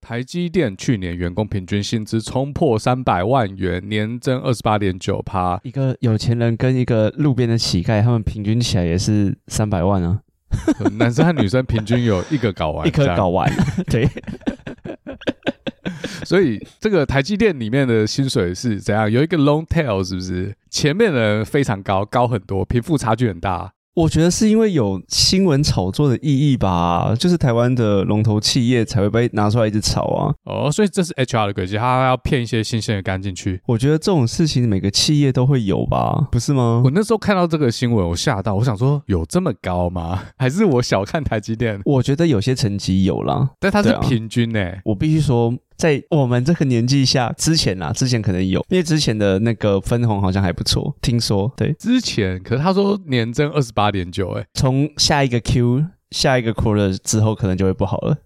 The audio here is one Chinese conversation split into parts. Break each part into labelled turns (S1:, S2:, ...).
S1: 台积电去年员工平均薪资冲破三百万元，年增二十八点九趴。
S2: 一个有钱人跟一个路边的乞丐，他们平均起来也是三百万啊，
S1: 可能男生和女生平均有一个睾丸，
S2: 一颗睾。丸。对，
S1: 所以这个台积电里面的薪水是怎样？有一个 long tail 是不是？前面的人非常高，高很多，贫富差距很大。
S2: 我觉得是因为有新闻炒作的意义吧，就是台湾的龙头企业才会被拿出来一直炒啊。
S1: 哦，所以这是 HR 的轨迹，他要骗一些新鲜的干进去。
S2: 我觉得这种事情每个企业都会有吧，不是吗
S1: 我？那时候看到这个新闻，我吓到，我想说有这么高吗？ 还是我小看台积电？
S2: 我觉得有些层级有啦，
S1: 但它是
S2: 对啊
S1: 平均呢、欸
S2: 我必须说，在我们这个年纪下，之前啦，之前可能有，因为之前的那个分红好像还不错，听说对。
S1: 之前可是他说年增二十八点九，哎，
S2: 从下一个 Q 下一个 quarter 之后，可能就会不好了。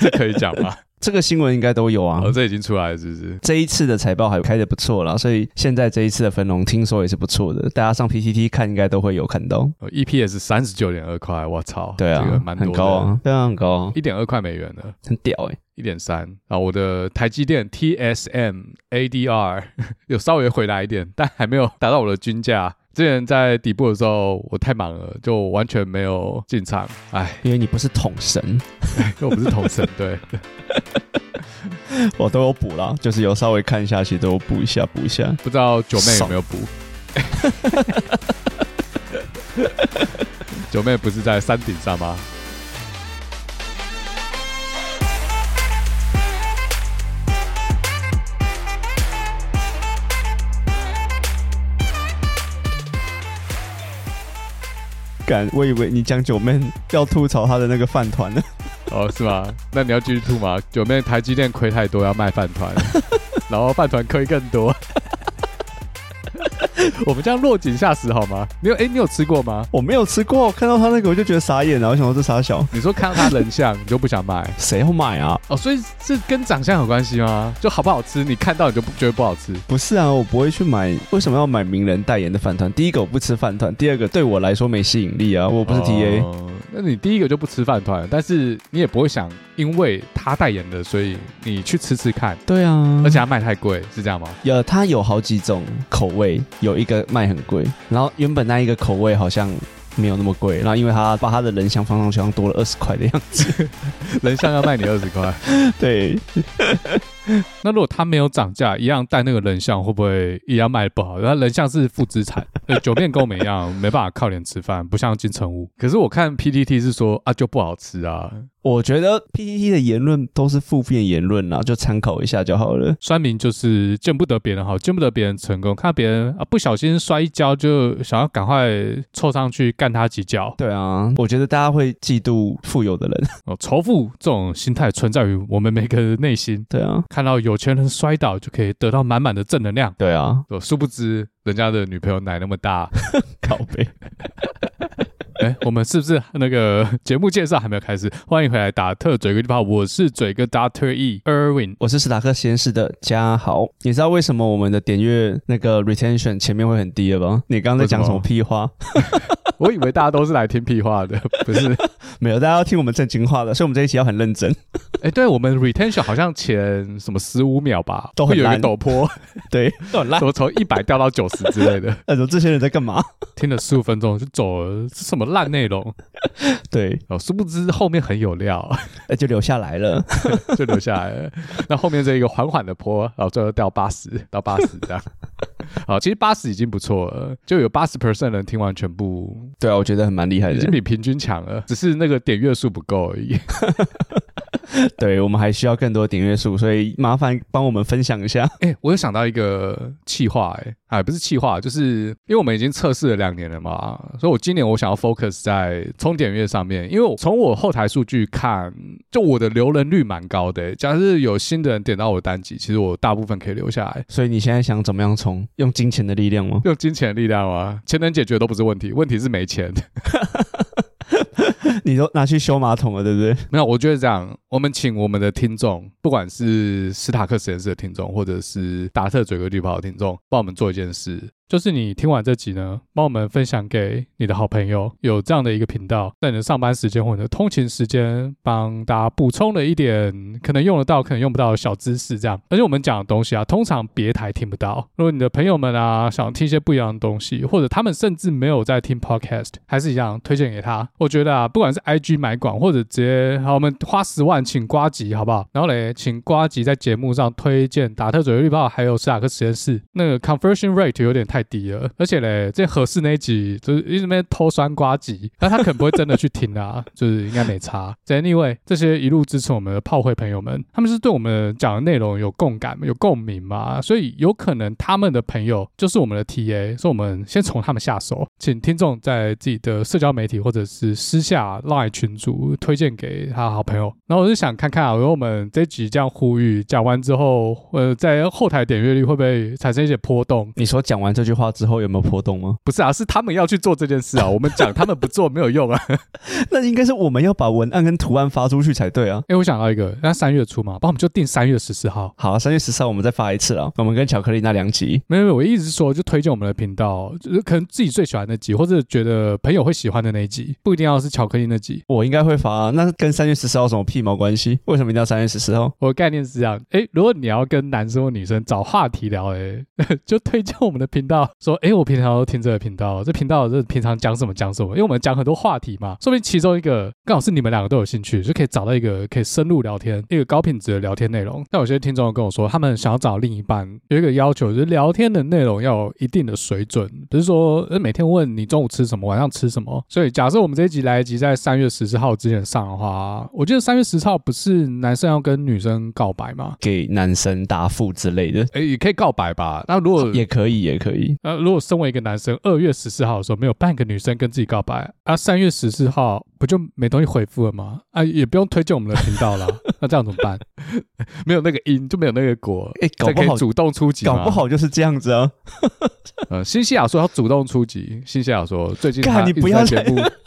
S1: 这可以讲吗？
S2: 这个新闻应该都有啊。
S1: 哦，这已经出来了，是不是？
S2: 这一次的财报还开的不错啦，所以现在这一次的分红听说也是不错的，大家上 PTT 看应该都会有看到。
S1: 哦，EPS 三十九点二块，我操，
S2: 对啊，
S1: 这个蛮多
S2: 很
S1: 的
S2: 高，啊，对啊，很高、啊，
S1: 一点二块美元的，
S2: 很屌哎、
S1: 一点三啊。我的台积电 TSM ADR 有稍微回来一点，但还没有达到我的均价。之前在底部的时候，我太忙了，就完全没有进场，哎，
S2: 因为你不是桶神，
S1: 因为我不是同神，对。
S2: 我都有补啦，就是有稍微看一下，其实都有补一下，补一下。
S1: 不知道九妹有没有补？ 九妹不是在山顶上吗？
S2: 敢，我以为你讲九妹要吐槽他的那个饭团呢。
S1: 哦，是吗？那你要继续吐吗？九妹台积电亏太多，要卖饭 团，然后饭团亏更多。 我们这样落井下石好吗？你有哎、你有吃过吗？
S2: 我没有吃过，看到他那个我就觉得傻眼了，啊我想说这傻小，
S1: 你说看到他人像，你就不想买
S2: 谁要买啊？
S1: 哦，所以这跟长相有关系吗？就好不好吃，你看到你就不觉得不好吃
S2: 不是啊，我不会去买。为什么要买名人代言的饭团？第一个我不吃饭团，第二个对我来说没吸引力啊，我不是 TA。
S1: 哦那你第一个就不吃饭团，但是你也不会想因为他代言的，所以你去吃吃看，
S2: 对啊
S1: 而且他卖太贵，是这样吗？
S2: 有它有好几种口味，有一个卖很贵，然后原本那一个口味好像。没有那么贵，然后因为他把他的人像放上去，好像多了二十块的样子。
S1: 人像要卖你二十块，
S2: 对，
S1: 那如果他没有涨价，一样带那个人像，会不会一样卖得不好？他人像是负资产， 呃，酒店跟我们一样，没办法靠脸吃饭，不像金城武。可是我看 PPT 是说啊，就不好吃啊，
S2: 我觉得 PPT 的言论都是负面言论啦，就参考一下就好了。
S1: 酸民就是见不得别人好，见不得别人成功，看到别人啊不小心摔一跤，就想要赶快凑上去干他几脚。
S2: 对啊，我觉得大家会嫉妒富有的人。
S1: 哦，仇富这种心态存在于我们每个人内心，
S2: 对啊，
S1: 看到有钱人摔倒就可以得到满满的正能量。
S2: 对啊，
S1: 哦，殊不知人家的女朋友奶那么大，
S2: 靠背。
S1: 哎，我们是不是那个 节目介绍还没有开始？欢迎回来打特嘴个地方，我是嘴哥 Doctor E Erwin。
S2: 我是史达克实验室的嘉豪。你知道为什么我们的点阅那个 retention 前面会很低了吧？你刚刚在讲什么
S1: 为什么
S2: 屁话？
S1: 我以为大家都是来听屁话的，不是？
S2: 没有，大家要听我们正经话的，所以我们这一期要很认真。
S1: 哎，对我们 retention 好像前什么十五秒吧，
S2: 都
S1: 会
S2: 很
S1: 有一个
S2: 烂
S1: 陡 坡，
S2: 对，都很烂
S1: 怎。么从一百掉到九十之类的，
S2: 那说这些人在干嘛？
S1: 听了十五分钟就走了，是什么烂内容？
S2: 对，
S1: 哦，殊不知后面很有料。
S2: 那就留下来了。
S1: 就留下来了。 那后面这一个缓缓的坡，然后最后掉八十到八十这 样。好，其实八十已经不错了，就有八十 percent 人听完全部，
S2: 对啊，我觉得很蛮厉害
S1: 已经
S2: 的。
S1: 比平均强了，只是那个点阅数不够而 已。
S2: 对我们还需要更多点阅数，所以麻烦帮我们分享一下。
S1: 哎、我有想到一个气话、欸，哎，啊，不是气话，就是因为我们已经测试了两年了嘛，所以我今年我想要 focus 在冲点阅上面，因为我从我后台数据看，就我的留人率蛮高的、欸，假设有新的人点到我的单集，其实我大部分可以留下来。
S2: 所以你现在想怎么样冲？用金钱的力量吗？
S1: 用金钱的力量吗？钱能解决都不是问题，问题是没钱。
S2: 你都拿去修马桶了，对不对？
S1: 没有，我觉得这样，我们请我们的听众，不管是斯塔克实验室的听众，或者是达特嘴哥绿炮的听众，帮我们做一件事，就是你听完这集呢，帮我们分享给你的好朋友，有这样的一个频道，在你的上班时间或者通勤时间，帮大家补充了一点可能用得到、可能用不到的小知识，这样。而且我们讲的东西啊，通常别台听不到。如果你的朋友们啊想听一些不一样的东西，或者他们甚至没有在听 podcast，还是一样推荐给他。我觉得啊，不管是 IG 买广，或者直接好，我们花十万请瓜吉好不好？然后嘞，请瓜吉在节目上推荐达特嘴绿炮，还有史塔克实验室那个 conversion rate 有点太低了，而且嘞，这合适那一集就是一直在那边偷酸瓜吉， 但他可能不会真的去听啊，就是应该没差。Anyway，这些一路支持我们的炮灰朋友们，他们是对我们讲的内容有共感、有共鸣嘛，所以有可能他们的朋友就是我们的 TA，所以我们先从他们下手，请听众在自己的社交媒体或者是私下 LINE 群组推荐给他的好朋友。然后我就想看看啊，如果我们这集这样呼吁讲完之后，呃，在后台点阅率会不会产生一些波动？
S2: 你说讲完这句话之后有没有波动吗？
S1: 不是啊，是他们要去做这件事啊，我们讲他们不做没有用啊。
S2: 那应该是我们要把文案跟图案发出去才对啊。
S1: 哎、我想到一个，那三月初嘛，帮我们就定三月十四号。
S2: 好，啊三月十三我们再发一次啊，我们跟巧克力那两集。
S1: 没有，没有，我一直说就推荐我们的频道，就是可能自己最喜欢的集，或者觉得朋友会喜欢的那一集，不一定要是巧克力那集。
S2: 我应该会发、啊，那跟三月十四号有什么屁毛关系？为什么一定要三月十四号？
S1: 我的概念是这样，诶，如果你要跟男生或女生找话题聊，诶，就推荐我们的频道，说，诶，我平常都听这个频道，这频道这平常讲什么讲什么，因为我们讲很多话题嘛，说不定其中一个刚好是你们两个都有兴趣，就可以找到一个可以深入聊天、一个高品质的聊天内容。但有些听众跟我说，他们想要找另一半，有一个要求就是聊天的内容要有一定的水准，不是说呃每天问你中午吃什么，晚上吃什么。所以假设我们这一集来得及在三月十四号之前上的话，我记得三月十四号不是男生要跟女生告白吗？
S2: 给男生答复之类的，
S1: 诶，也可以告白吧。那如果
S2: 也可以，也可以。
S1: 呃，如果身为一个男生，二月十四号的时候没有半个女生跟自己告白，啊，三月十四号不就没东西回复了吗？啊，也不用推荐我们的频 道了，那这样怎么办？没有那个因就没有那个果，
S2: 哎、搞
S1: 这
S2: 不
S1: 可
S2: 好
S1: 以，主动出击吗，
S2: 搞不好就是这样子啊。
S1: 呃，新西亚说要主动出击，新西亚说最近
S2: 干
S1: 他
S2: 你
S1: 一直
S2: 不
S1: 在
S2: 要
S1: 节
S2: 再
S1: 目，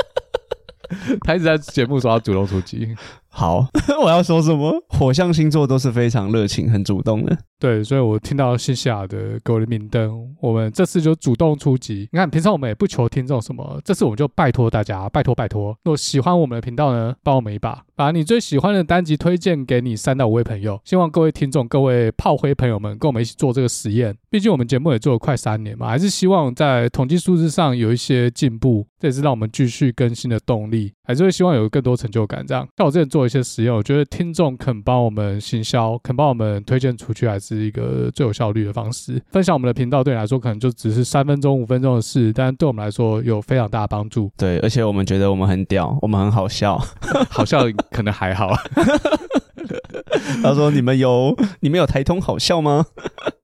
S1: 他一直在节目说要主动出击，
S2: 好， 我要说什么？火象星座都是非常热情、很主动的。。
S1: 对，所以我听到新西亚的给我的明灯，我们这次就主动出击。你看，平常我们也不求听众什么，这次我们就拜托大家，拜托拜托。如果喜欢我们的频道呢，帮我们一把，把你最喜欢的单集推荐给你三到五位朋友。希望各位听众、各位炮灰朋友们，跟我们一起做这个实验。毕竟我们节目也做了快三年嘛，还是希望在统计数字上有一些进步，这也是让我们继续更新的动力。还是会希望有更多成就感。这样，像我之前做一些实验，我觉得听众肯帮我们行销，肯帮我们推荐出去，还是一个最有效率的方式。分享我们的频道对你来说可能就只是三分钟、五分钟的事，但对我们来说有非常大的帮助
S2: 对，而且我们觉得我们很屌，我们很好 笑。
S1: 好像可能还好，
S2: 他说：“你们有你们有台通好笑吗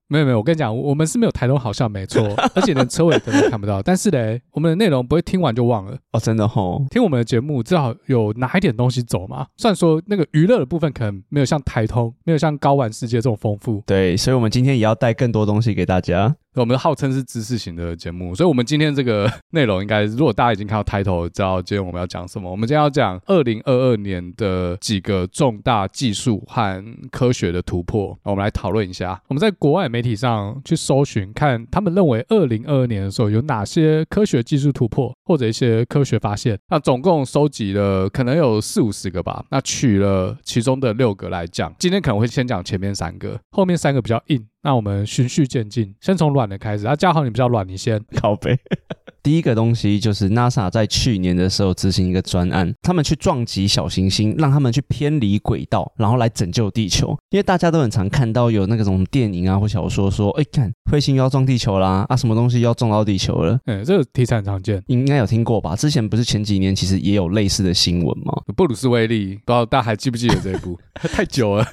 S1: 没有没有，我跟你讲，我们是没有台东好像没错，而且连车尾灯都看不到。但是嘞，我们的内容不会听完就忘了，？”
S2: 哦，真的吼，
S1: 听我们的节目至少有拿一点东西走嘛。虽然说那个娱乐的部分可能没有像台通，没有像高玩世界这种丰富，
S2: 对，所以我们今天也要带更多东西给大家。
S1: 我们号称是知识型的节目，所以我们今天这个 内容应该，如果大家已经看到 title，知道今天我们要讲什么。我们今天要讲二零二二年的几个重大技术和科学的突破，我们来讨论一下。我们在国外媒体上去搜寻，看他们认为二零二二年的时候有哪些科学技术突破或者一些科学发现。那总共收集了可能有四五十个吧，那取了其中的六个来讲。今天可能会先讲前面三个，后面三个比较硬。那我们循序渐进，先从软的开始。啊，嘉豪你比较软，你 先。
S2: 靠背。 第一个东西就是 NASA 在去年的时候执行一个专案，他们去撞击小行星，让他们去偏离轨道，然后来拯救地球。因为大家都很常看到有那个种电影啊或小说说，哎、看彗星要撞地球啦，啊什么东西要撞到地球了，
S1: 嗯，这个题材很常见。
S2: 应该有听过吧？之前不是前几年其实也有类似的新闻吗？
S1: 布鲁斯威利，不知道大家还记不记得这一 部？ 太久了，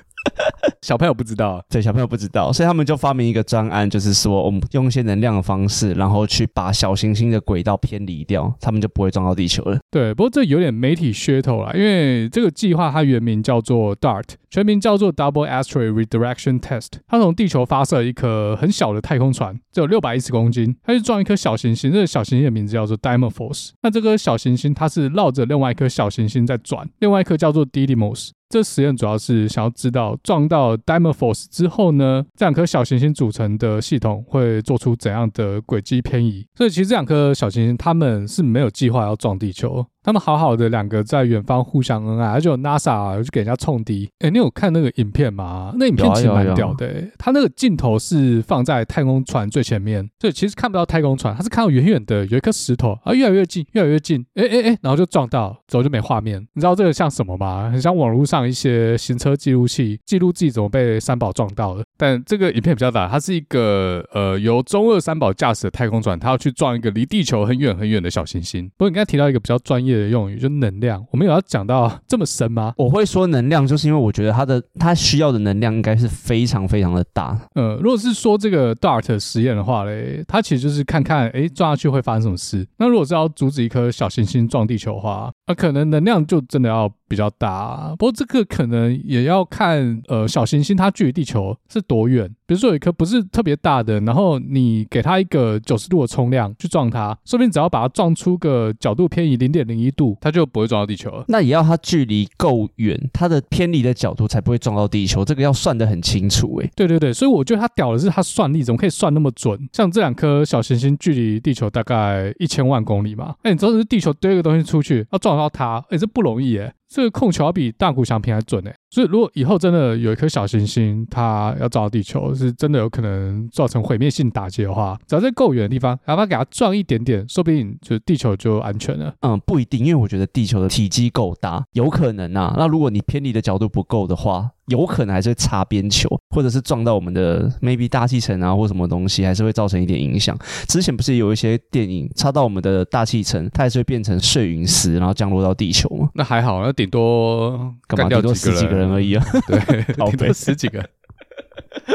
S1: 小朋友不知道。啊
S2: 对，小朋友不知道，所以他们就发明一个专案，就是说我们用一些能量的方式，然后去把小行星的轨道偏离掉，他们就不会撞到地球了。
S1: 对，不过这有点媒体噱头啦，因为这个计划它原名叫做 DART，全名叫做 Double Asteroid Redirection Test。它从地球发射一颗很小的太空船，只有六百一十公斤，它去撞一颗小行星。这个小行星的名字叫做 Dimorphos。那这颗小行星它是绕着另外一颗小行星在转，另外一颗叫做 Didymos。这实验主要是想要知道撞到 Dimorphos 之后呢，这两颗小行星组成的系统会做出怎样的轨迹偏移。所以其实这两颗小行星它们是没有计划要撞地球，它们好好的两个在远方互相恩爱，而且 NASA 啊就给人家冲敌。哎，你有看那个影片吗？那影片其实
S2: 有啊有啊
S1: 蛮屌的、欸，它那个镜头是放在太空船最前面，所以其实看不到太空船，它是看到远远的有一颗石头啊，越来越近，越来越近，哎哎哎，然后就撞到，之后就没画面。你知道这个像什么吗？很像网络上一些行车记录器记录自己怎么被三宝撞到的。但这个影片比较大，它是一个呃由中二三宝驾驶的太空船，它要去撞一个离地球很远很远的小行星。不过你刚才提到一个比较专业的用语，就能量，我们有要讲到这么深吗？
S2: 我会说能量，就是因为我觉得它的它需要的能量应该是非常非常的大。
S1: 呃，如果是说这个 DART 实验的话嘞，它其实就是看看，诶，撞下去会发生什么事。那如果是要阻止一颗小行星撞地球的话，那、可能能量就真的要比较大。不过这个可能也要看，呃，小行星它距离地球是多远。比如说有一颗不是特别大的，然后你给它一个九十度的冲量去撞它，说不定只要把它撞出个角度偏移零点零一度，它就不会撞到地球了。
S2: 那也要它距离够远，它的偏离的角度才不会撞到地球，这个要算得很清楚欸诶、
S1: 对对对，所以我觉得他屌的是他算力怎么可以算那么准？像这两颗小行星距离地球大概一千万公里嘛，哎，你知道是地球丢一个东西出去要撞到它，哎，这不容易哎，这个控球要比大谷翔平还准哎。所以如果以后真的有一颗小行星它要撞到地球，是真的有可能造成毁灭性打击的话，只要在够远的地方，哪怕给它撞一点点，说不定就地球就安全了。
S2: 嗯，不一定，因为我觉得地球的体积够大，有可能啊。那如果你偏离的角度不够的话，有可能还是会擦边球，或者是撞到我们的 maybe 大气层啊，或什么东西，还是会造成一点影响。之前不是有一些电影擦到我们的大气层，它还是会变成碎陨石，然后降落到地球嘛？
S1: 那还好，那顶多
S2: 干嘛？
S1: 掉
S2: 顶多十几个人而已啊，
S1: 对，
S2: 靠
S1: 顶多
S2: 北
S1: 十几个。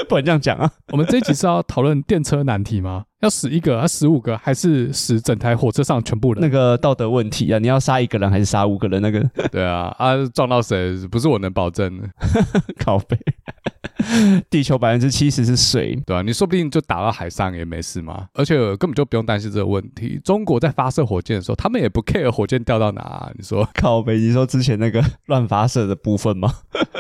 S2: 不然这样讲啊。
S1: 我们这一集是要讨论电车难题吗？要死一个，要死五个，还是死整台火车上全部
S2: 那
S1: 人？
S2: 个道德问题啊，你要杀一个人还是杀五个人？那个
S1: 对啊，啊，撞到谁不是我能保证的，
S2: 靠背，地球百分之七十是水，
S1: 对啊，你说不定就打到海上也没事嘛，而且根本就不用担心这个问题。中国在发射火箭的时候，他们也不 care 火箭掉到哪、啊你说
S2: 靠背。你说之前那个 乱发射的部分吗？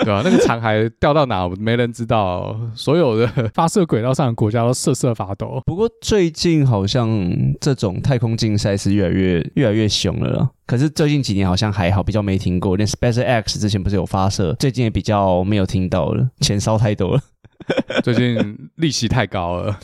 S1: 对啊，那个残骸掉到哪，没人知道。所有的 发射轨道上的国家都瑟瑟发抖。
S2: 不过最近好像这种太空竞赛是越来越越来越凶了啦。可是最近几年好像还好，比较没听过。连 SpaceX 之前不是有发射，最近也比较没有听到了，钱烧太多了，
S1: 最近利息太高了，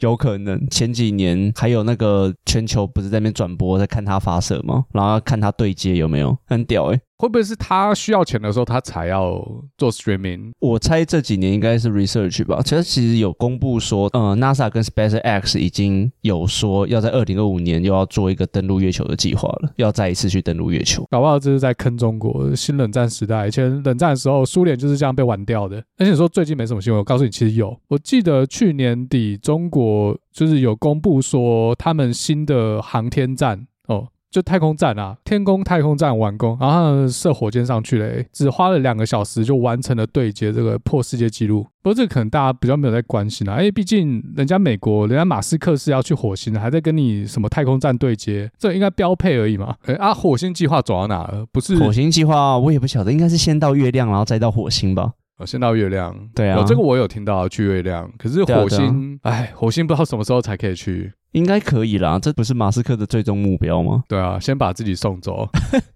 S2: 有可能前几年还有那个全球不是在那边转播在看它发射吗？然后要看它对接有没有，很屌诶、欸
S1: 会不会是他需要钱的时候，他才要做 streaming？
S2: 我猜这几年应该是 research 吧。其实其实有公布说，呃，NASA 跟 SpaceX 已经有说要在二零二五年又要做一个登陆月球的计划了，要再一次去登陆月球。
S1: 搞不好这是在坑中国。新冷战时代，以前冷战的时候，苏联就是这样被玩掉的。而且你说最近没什么新闻，我告诉你，其实有。我记得去年底，中国就是有公布说他们新的航天站哦。就太空站啊，天宫太空站完工，然后他们射火箭上去嘞、只花了两个小时就完成了对接这个破世界纪录。不过这个可能大家比较没有在关心啊，因为毕竟人家美国，人家马斯克是要去火星的，还在跟你什么太空站对接，这应该标配而已嘛。哎啊，火星计划走到哪了？不是
S2: 火星计划我也不晓得，应该是先到月亮，然后再到火星吧？
S1: 呃先到月亮，
S2: 对啊
S1: 有这个我有听到去月亮，可是
S2: 对啊
S1: 火星，哎、火星不知道什么时候才可以去。
S2: 应该可以啦，这不是马斯克的最终目标吗？
S1: 对啊，先把自己送走。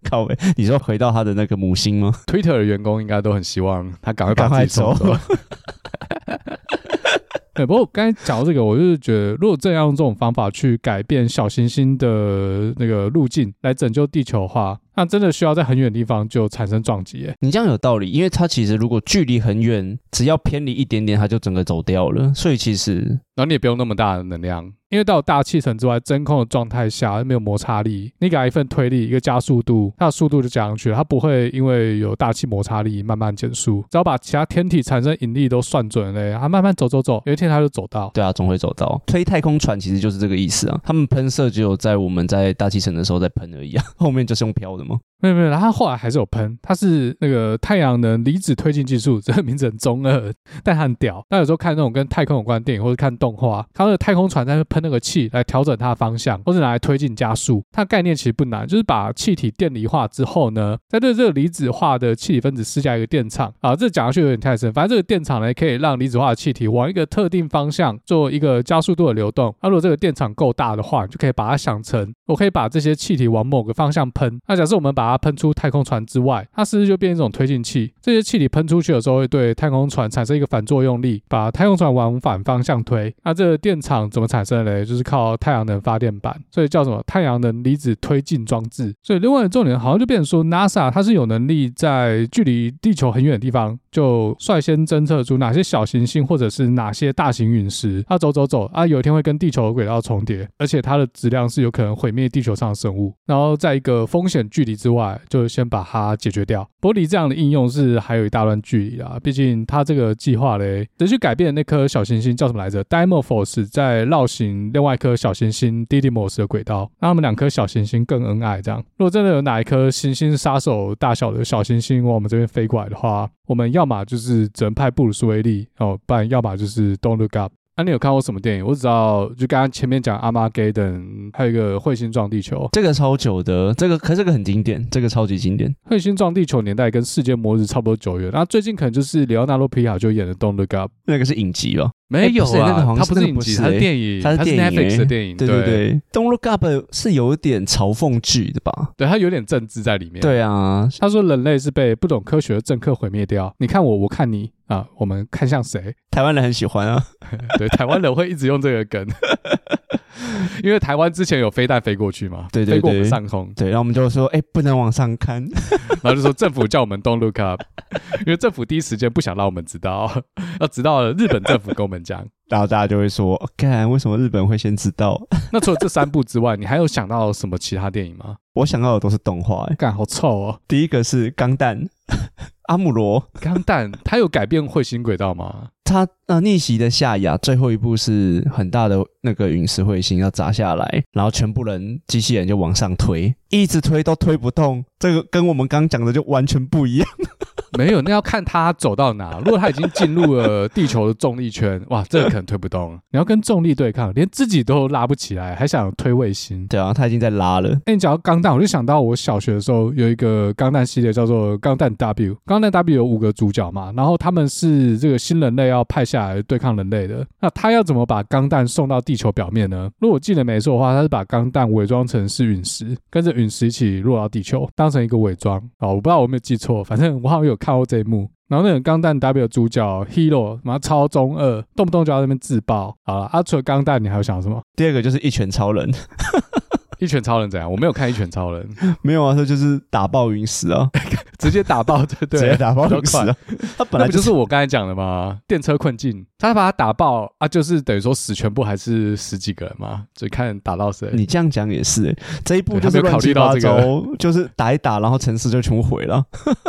S2: 靠北，你说回到他的那个母星吗？
S1: Twitter 的员工应该都很希望他赶快把
S2: 赶
S1: 自
S2: 快
S1: 己送走
S2: 走。
S1: 对，不过我刚才讲到这个，我就是觉得，如果这样用这种方法去改变小行星的那个路径来拯救地球的话，那真的需要在很远的地方就产生撞击耶。
S2: 你这样有道理，因为它其实如果距离很远，只要偏离一点点，它就整个走掉了。所以其实
S1: 然后你也不用那么大的能量，因为到大气层之外真空的状态下没有摩擦力，你给它一份推力，一个加速度，它的速度就加上去了，它不会因为有大气摩擦力慢慢减速，只要把其他天体产生引力都算准了，它慢慢走走走，有一天它就走到。
S2: 对啊，总会走到推太空 船，其实就是这个意思啊。他们喷射只有在我们在大气层的时候在喷而已啊，后面就是用飘的嘛。吗？
S1: 没有没有，然后他后来还是有喷，他是那个太阳能离子推进技术，这个名字很中二，但他很屌。那有时候看那种跟太空有关的电影或者看动画，看那个太空船在那喷那个气来调整它的方向，或者拿来推进加速，它概念其实不难，就是把气体电离化之后呢，再对这个离子化的气体分子施加一个电场啊，这讲下去有点太深，反正这个电场呢可以让离子化的气体往一个特定方向做一个加速度的流动。那、如果这个电场够大的话，你就可以把它想成，我可以把这些气体往某个方向喷。那假设我们把它喷出太空船之外，它是不是就变成一种推进器？这些气体喷出去的时候，会对太空船产生一个反作用力，把太空船往反方向推。那这个电场怎么产生的嘞？就是靠太阳能发电板，所以叫什么太阳能离子推进装置。所以另外的重点好像就变成说，NASA 它是有能力在距离地球很远的地方，就率先侦测出哪些小行星或者是哪些大型陨石，它走走走啊，有一天会跟地球的轨道重叠，而且它的质量是有可能毁灭地球上的生物。然后在一个风险距离之外，就先把它解决掉。不过离这样的应用是还有一大段距离啊，毕竟它这个计划嘞，得去改变那颗小行星叫什么来着？Dimorphos 在绕行另外一颗小行星 Didymos 的轨道，让他们两颗小行星更恩爱。这样，如果真的有哪一颗行星杀手大小的小行星往我们这边飞过来的话，我们要么就是只能派布鲁斯威利哦，不然要么就是 Don't Look Up。啊，你有看过什么电影？我只知道，就刚刚前面讲《阿玛盖登》，还有一个《彗星撞地球》。
S2: 这个超久的，这个可是这个很经典，这个超级经典。
S1: 彗星撞地球年代跟世界末日差不多久远，然后最近可能就是里奥纳多·皮卡就演的《Don't Look Up》，
S2: 那个是影集吧？
S1: 没
S2: 有啊
S1: 那个好像
S2: 它
S1: 是
S2: 不
S1: 那
S2: 是
S1: 个
S2: 影集
S1: 它
S2: 它
S1: 是
S2: 是
S1: 电影，
S2: 它是
S1: 它是
S2: 电影
S1: Netflix 的
S2: 欸
S1: 电影，
S2: 对
S1: 对
S2: 对对，Don't Look Up 是有点嘲讽剧的吧？
S1: 对，它有点政治在里面。，
S2: 对啊，
S1: 他说人类是被不懂科学的政客毁灭掉，你看我，我看你啊，我们看向谁？
S2: 台湾人很喜欢啊。
S1: 对，台湾人会一直用这个梗， 因为台湾之前有飞弹飞过去嘛，
S2: 对对
S1: 飞过我们
S2: 对
S1: 上空，
S2: 对，然后我们就说，哎、不能往上看。
S1: 然后就说政府叫我们 Don't look up，因 为政府第一时间不想让我们知道，要直到日本政府跟我们讲。
S2: 然后大家就会说，哦干、为什么日本会先知道？
S1: 那除了这三部之外，你还有想到什么其他电影吗？
S2: 我想到的都是动画、哎
S1: 干好臭哦！
S2: 第一个是钢弹， 阿姆罗，
S1: 钢弹它有改变彗星轨道吗？
S2: 他呃逆袭的夏亚，最后一步是很大的那个陨石彗星要砸下来，然后全部人机器人就往上推，一直推都推不动，这个跟我们刚讲的就完全不一样。
S1: 没有，那要看它走到哪。如果它已经进入了地球的重力圈，哇，这个可能推不动。你要跟重力对抗，连自己都拉不起来，还想推卫星？
S2: 对啊，他已经在拉了。
S1: 哎、你讲到钢弹，我就想到我小学的时候有一个钢弹系列叫做《钢弹 W》，钢弹 W 有五个主角嘛，然后他们是这个新人类要派下来对抗人类的。那他要怎么把钢弹送到地球表面呢？如果我记得没错的话，他是把钢弹伪装成是陨石，跟着陨石一起落到地球，当成一个伪装。哦，我不知道我有没有记错，反正我好像有看过这一幕。然后那个钢弹 W 的主角 Hero，妈超中二，动不动就要在那边自爆。好了，啊，除了钢弹，你还有想什么？
S2: 第二个就是一拳超人，
S1: 一拳超人怎样？我没有看一拳超人，
S2: 没有啊，他就是打爆陨石啊，
S1: 直接打爆，对对，
S2: 直接打爆
S1: 比较
S2: 陨石
S1: 快
S2: 啊。他本
S1: 那
S2: 来
S1: 不就是我刚才讲的吗？电车困境，他把他打爆啊，就是等于说死全部还是十几个人嘛，就看打到谁。
S2: 你这样讲也是、欸，这一步就是
S1: 对他没有
S2: 乱
S1: 考虑
S2: 七
S1: 到
S2: 八
S1: 这个
S2: 糟，就是打一打，然后城市就全部毁了。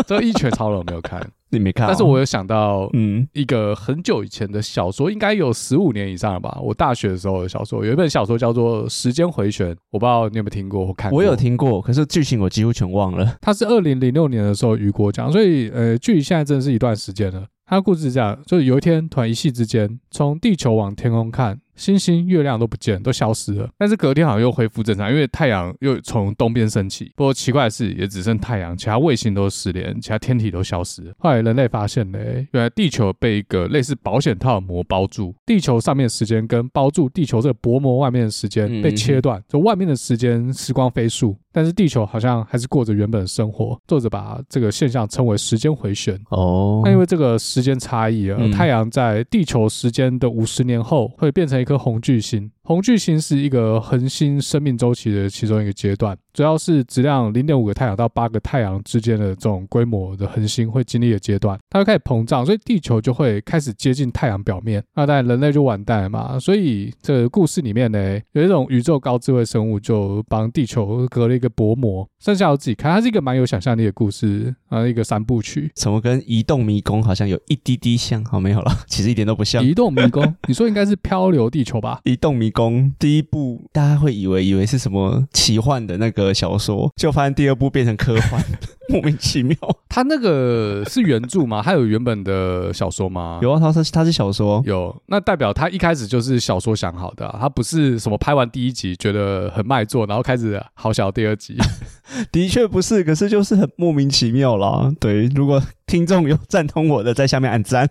S1: 这一拳超人我没有 看，
S2: 你没看啊、
S1: 但是我有想到
S2: 嗯，
S1: 一个很久以前的小说，应该有十五年以上了吧？我大学的时候的小说，有一本小说叫做《时间回旋》，我不知道你有没有听过或看过。
S2: 我有听过，可是剧情我几乎全忘了。
S1: 他是二零零六年的时候雨果奖，所以呃，距离现在真的是一段时间了。他的故事是这样，就是有一天突然一夕之间，从地球往天空看，星星、月亮都不见，都消失了。但是隔天好像又恢复正常，因为太阳又从东边升起。不过奇怪的是，也只剩太阳，其他卫星都失联，其他天体都消失了。后来人类发现嘞，原来地球被一个类似保险套的膜包住，地球上面的时间跟包住地球这个薄膜外面的时间
S2: 嗯
S1: 被切断，就外面的时间时光飞速，但是地球好像还是过着原本的生活。作者把这个现象称为时间回旋。
S2: 哦
S1: 那因为这个时间差异啊，
S2: 嗯
S1: 太阳在地球时间的五十年后会变成一颗红巨星。红巨星是一个恒星生命周期的其中一个阶段，主要是质量零点五个太阳到八个太阳之间的这种规模的恒星会经历的阶段，它会开始膨胀，所以地球就会开始接近太阳表面。那当然人类就完蛋了嘛。所以这个故事里面呢，有一种宇宙高智慧生物就帮地球隔了一个薄膜，剩下我自己看，它是一个蛮有想象力的故事啊，一个三部曲。
S2: 怎么跟移动迷宫好像哦 有一滴滴像？好、没有了，其实一点都不 像。
S1: 移动迷宫，你说应该是漂流地球吧？
S2: 移动迷功，第一部大家会以为以为是什么奇幻的那个小说，就发现第二部变成科 幻，莫名其妙。
S1: 他那个是原著吗？他有原本的小说吗？
S2: 有啊，他是他是小说，
S1: 有，那代表他一开始就是小说想好的啊、他不是什么拍完第一集觉得很卖座，然后开始好想要第二 集。
S2: 的确不是，可是就是很莫名其妙啦。对，如果听众有赞同我的，在下面按赞。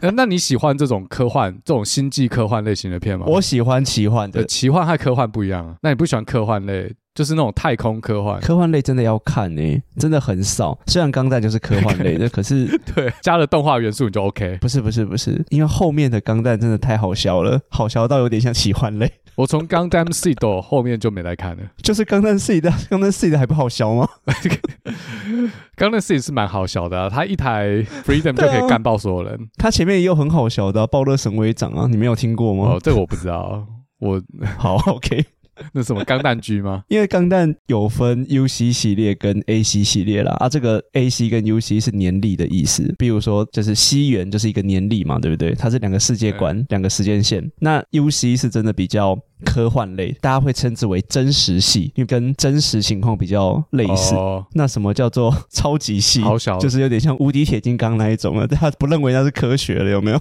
S1: 呃那你喜欢这种科幻、这种星际科幻类型的片吗？
S2: 我喜欢奇幻
S1: 的
S2: 的，
S1: 奇幻和科幻不一样啊。那你不喜欢科幻类，就是那种太空科幻，
S2: 科幻类真的要看呢、真的很少。虽然钢弹就是科幻类的， 可是
S1: 对，加了动画元素你就 OK。
S2: 不是不是不是，因为后面的钢弹真的太好笑了，好笑到有点像奇幻类。
S1: 我从《Gundam Seed》后面就没来看了，
S2: 就是钢弹 C 的，钢弹 C 的还不好 笑吗？
S1: 《Gundam Seed》是蛮好笑的、啊，它一台 Freedom 就
S2: 对啊
S1: 可以干爆所有人。
S2: 它前面也有很好笑的、啊《爆乐神威掌》啊，你没有听过吗？
S1: 哦，这个我不知道，我
S2: 好，OK，
S1: 那什么钢弹居 吗？
S2: 因为钢弹有分 UC 系列跟 AC 系列啦，啊，这个 AC 跟 UC 是年历的意思，比如说就是西元就是一个年历嘛，对不对？它是两个世界观、两个时间线。那 UC 是真的比较科幻类，大家会称之为真实系，因为跟真实情况比较类似。
S1: 哦，
S2: 那什么叫做超级系？
S1: 好小，
S2: 就是有点像无敌铁金刚那一 种了，大家不认为那是科学了，有没有？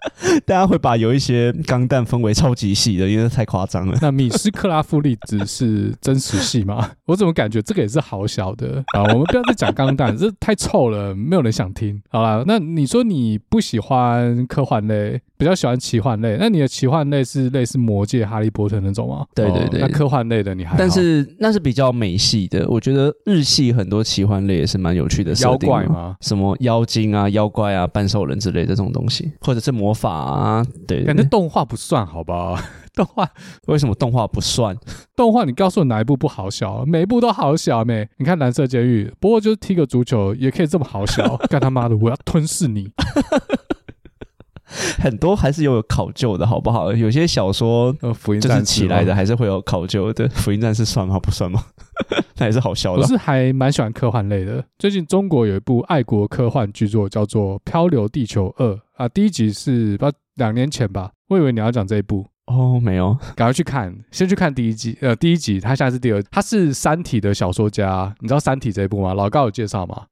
S2: 大家会把有一些钢弹分为超级系的，因为太夸张了。
S1: 那米斯克拉夫粒子是真实系吗？我怎么感觉这个也是好小的啊？我们不要再讲钢弹，这太臭了，没有人想听。好啦，那你说你不喜欢科幻类，比较喜欢奇幻类，那你的奇幻类是类似魔界、哈利波特那种吗？
S2: 对对
S1: 哦
S2: 对
S1: 那科幻类的你还好
S2: 但是那是比较美系的，我觉得日系很多奇幻类也是蛮有趣的设
S1: 妖
S2: 定啊
S1: 怪？吗？
S2: 什么妖精啊、妖怪啊、半兽人之类的这种东西，或者是魔法啊，对对
S1: 感觉
S2: 对。
S1: 动画不算，好不好？动画
S2: 为什么动画不算？
S1: 动画，你告诉我哪一部不好笑？每一部都好小妹。你看《蓝色监狱》，不过就是踢个足球也可以这么好笑， 干他妈的，我要吞噬你！
S2: 很多还是有有考究的，好不好？有些小说
S1: 呃， 福音
S2: 就是
S1: 战士
S2: 起来
S1: 吗
S2: 的，还是会有考究的。福音战士算吗？不算吗？ 那也是好笑
S1: 我
S2: 的。
S1: 是还蛮喜欢科幻类的。最近中国有一部爱国科幻巨作，叫做《漂流地球二》啊，第一集是不知道两年前吧，我以为你要讲这一部，
S2: 哦，没有，
S1: 赶快去看，先去看第一集。呃，第一集，它现在是第二，它是《三体》的小说家，你知道《三体》这一部吗？老高有介绍 吗？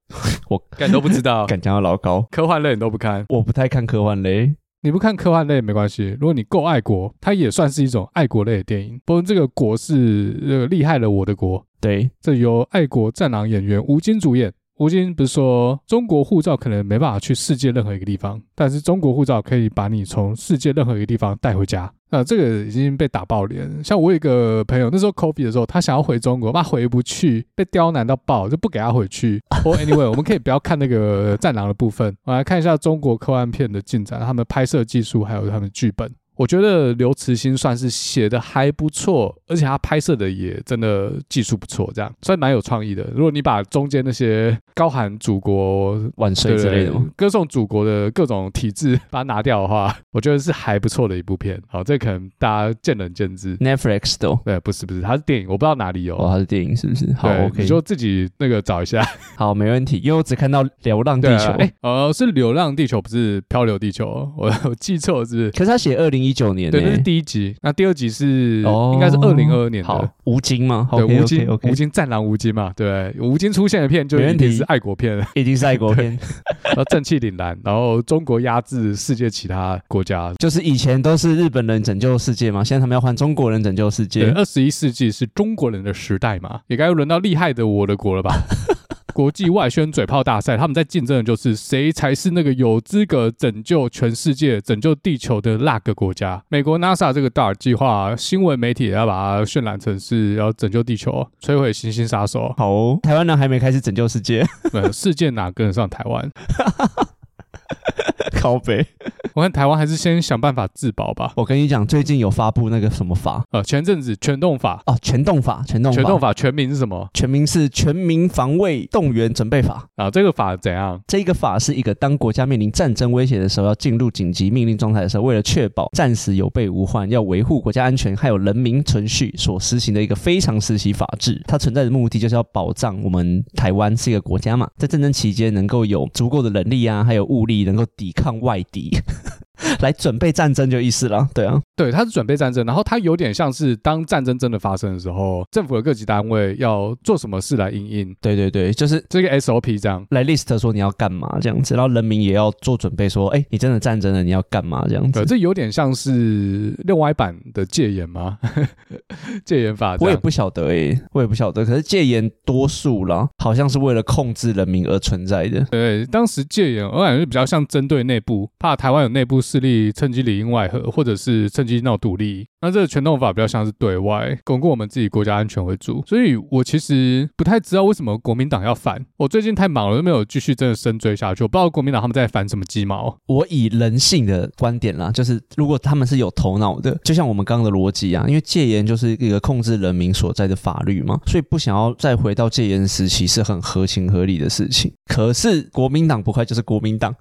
S2: 我
S1: 敢都不知 道，
S2: 敢讲到老高，
S1: 科幻类你都不看，
S2: 我不太看科幻类。
S1: 你不看科幻类没关系，如果你够爱国，它也算是一种爱国类的电影。不过这个国是呃厉害了我的国，
S2: 对，
S1: 这由爱国战狼演员吴京主演。吴京不是说中国护照可能没办法去世界任何一个地方，但是中国护照可以把你从世界任何一个地方带回家。那、这个已经被打爆脸。像我有一个朋友，那时候 COVID 的时候，他想要回中国，他回不去，被刁难到爆，就不给他回去。 哦 anyway，我们可以不要看那个战狼的部分，我们来看一下中国科幻片的进展，他们拍摄技术还有他们的剧本。我觉得刘慈欣算是写的还不错，而且他拍摄的也真的技术不错，这样算蛮有创意的。如果你把中间那些高喊祖国
S2: 万岁
S1: 对
S2: 之类的吗？
S1: 歌颂祖国的各种体制，把它拿掉的话，我觉得是还不错的一部片。好，这可能大家见仁见智。
S2: Netflix 的哦，
S1: 对，不是不是，它是电影，我不知道哪里有。
S2: 哦，它是电影是不是？好
S1: 对
S2: ，OK，
S1: 你就自己那个找一下。
S2: 好，没问题，因为我只看到《流浪地
S1: 对啊
S2: 球》
S1: 哎、呃，是《流浪地球》，不是《漂流地球》我，我记错了是不是？
S2: 可是他写二零一九年、欸，
S1: 对，那是第一集，那第二集是、
S2: 哦
S1: 应该是二零二二年的
S2: 好。，吴京吗？
S1: 对，
S2: OK，
S1: 吴京
S2: OK，
S1: 吴京战狼吴京嘛，对，吴京出现的片就
S2: 没
S1: 一
S2: 问题
S1: 定是爱国片，
S2: 已经是爱国片，
S1: 然后正气凛然，然后中国压制世界其他国家。
S2: 就是以前都是日本人拯救世界嘛，现在他们要换中国人拯救世
S1: 对，
S2: 界。
S1: 二十一世纪是中国人的时代嘛，也该轮到厉害的我的国了 吧？国际外宣嘴炮大赛，他们在竞争的就是谁才是那个有资格拯救全世界、拯救地球的那个国家。美国 NASA 这个大计划，新闻媒体也要把它渲染成是要拯救地球、摧毁行星杀手。
S2: 好、哦，台湾人还没开始拯救世界，
S1: 呃，世界哪跟得上台湾？
S2: 靠北。
S1: 我看台湾还是先想办法自保吧。
S2: 我跟你讲，最近有发布那个什么法
S1: 呃，前阵子全动法，
S2: 哦，全动法，全动法，
S1: 全动法全名是什么
S2: 全名是《全民防卫动员准备法》。
S1: 啊？这个法怎样？
S2: 这个法是一个当国家面临战争威胁的时候，要进入紧急命令状态的时候，为了确保战时有备无患，要维护国家安全还有人民存续所实行的一个非常时期法制。它存在的目的就是要保障我们台湾是一个国家嘛，在战争期间能够有足够的人力啊，还有物力能够抵抗外敌。来准备战争就意思了。对啊，
S1: 对，它是准备战争，然后它有点像是当战争真的发生的时候，政府的各级单位要做什么事来应应
S2: 对对对，就是
S1: 这个 SOP 这样。
S2: 来 list 说你要干嘛这样子，然后人民也要做准备说，哎，你真的战争了，你要干嘛这样
S1: 对，
S2: 子。
S1: 这有点像是另外一版的戒严吗？ 戒严法这
S2: 我也
S1: 样。
S2: 不晓得诶、我也不晓得。可是戒严多数啦，好像是为了控制人民而存在的。
S1: 对，当时戒严，我感觉比较像针对内部，怕台湾有内部势力趁机里应外合，或者是趁机闹独立。那这个全动法比较像是对外，巩固我们自己国家安全为主。所以我其实不太知道为什么国民党要反。我最近太忙了，都没有继续真的深追下去。我不知道国民党他们在反什么鸡毛。
S2: 我以人性的观点啦，就是如果他们是有头脑的，就像我们刚刚的逻辑啊，因为戒严就是一个控制人民所在的法律嘛，所以不想要再回到戒严时期是很合情合理的事情。可是国民党不快就是国民党。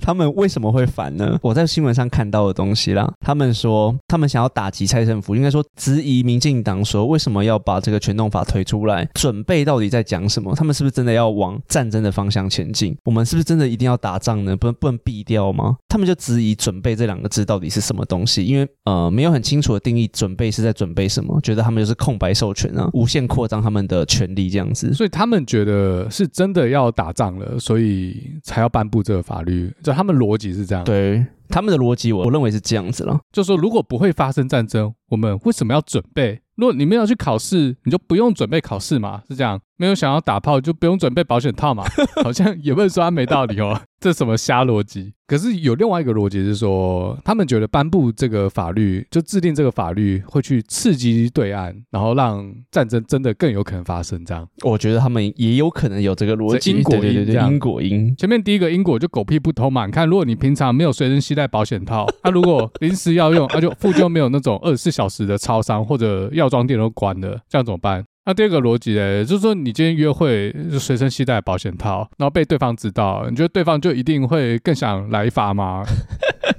S2: 他们为什么会反呢？我在新闻上看到的东西啦，他们说他们想要打击蔡政府，应该说质疑民进党说为什么要把这个全动法推出来，准备到底在讲什么？他们是不是真的要往战争的方向前进？我们是不是真的一定要打仗呢？不能不能避掉吗？他们就质疑“准备”这两个字到底是什么东西，因为呃没有很清楚的定义，准备是在准备什么？觉得他们就是空白授权啊，无限扩张他们的权利这样子。
S1: 所以他们觉得是真的要打仗了，所以才要颁布这个法律。就他们逻辑是这样，，
S2: 对他们的逻辑我，我认为是这样子了。
S1: 就说如果不会发生战争，我们为什么要准备？如果你们要去考试，你就不用准备考试嘛，是这样。没有想要打炮就不用准备保险套嘛，好像也不能说他没道理哦，这什么瞎逻辑？可是有另外一个逻辑是说，他们觉得颁布这个法律，就制定这个法律会去刺激对岸，然后让战争真的更有可能发生这样。
S2: 我觉得他们也有可能有这个逻辑，
S1: 这因果因
S2: 对对对
S1: 这
S2: 对
S1: 样
S2: 因果因。
S1: 前面第一个因果就狗屁不通嘛，你看，如果你平常没有随身携带保险套， 那、如果临时要用，那、就附近又没有那种二十四小时的超商或者药妆店都关了，这样怎么办？那、第二个逻辑呢，就是说你今天约会就随身携带保险套，然后被对方知道，你觉得对方就一定会更想来一发吗？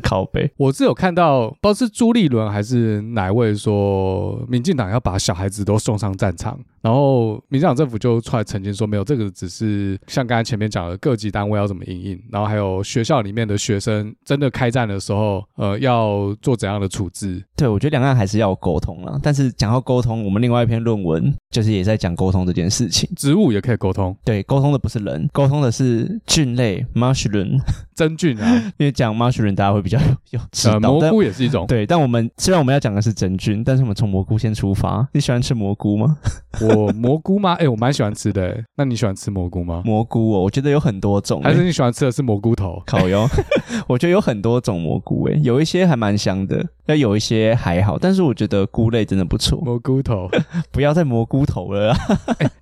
S2: 靠背，
S1: 我是有看到，不知道是朱立伦还是哪位说，民进党要把小孩子都送上战场，然后民进党政府就出来澄清说，没有这个只是像刚才前面讲的各级单位要怎么应应，然后还有学校里面的学生真的开战的时候，呃，要做怎样的处置。
S2: 对我觉得两岸还是要有沟通啦。但是讲到沟通，我们另外一篇论文就是也在讲沟通这件事情。
S1: 植物也可以沟通，
S2: 对，沟通的不是人，沟通的是菌类 mushroom，
S1: 真菌啊，
S2: 因为讲 mushroom 大家会比较有有知道。
S1: 呃，蘑
S2: 但
S1: 菇也是一种。
S2: 对，但我们虽然我们要讲的是真菌，但是我们从蘑菇先出发。你喜欢吃蘑菇吗？
S1: 我蘑菇吗？哎、我蛮喜欢吃的、欸那你喜欢吃蘑菇吗？
S2: 蘑菇哦，我觉得有很多种、欸
S1: 还是你喜欢吃的是蘑菇头？
S2: 烤哟， 我觉得有很多种蘑菇诶，有一些还蛮香的，那有一些还好，但是我觉得菇类真的不错，
S1: 蘑菇头。
S2: 不要再蘑菇头了 啦。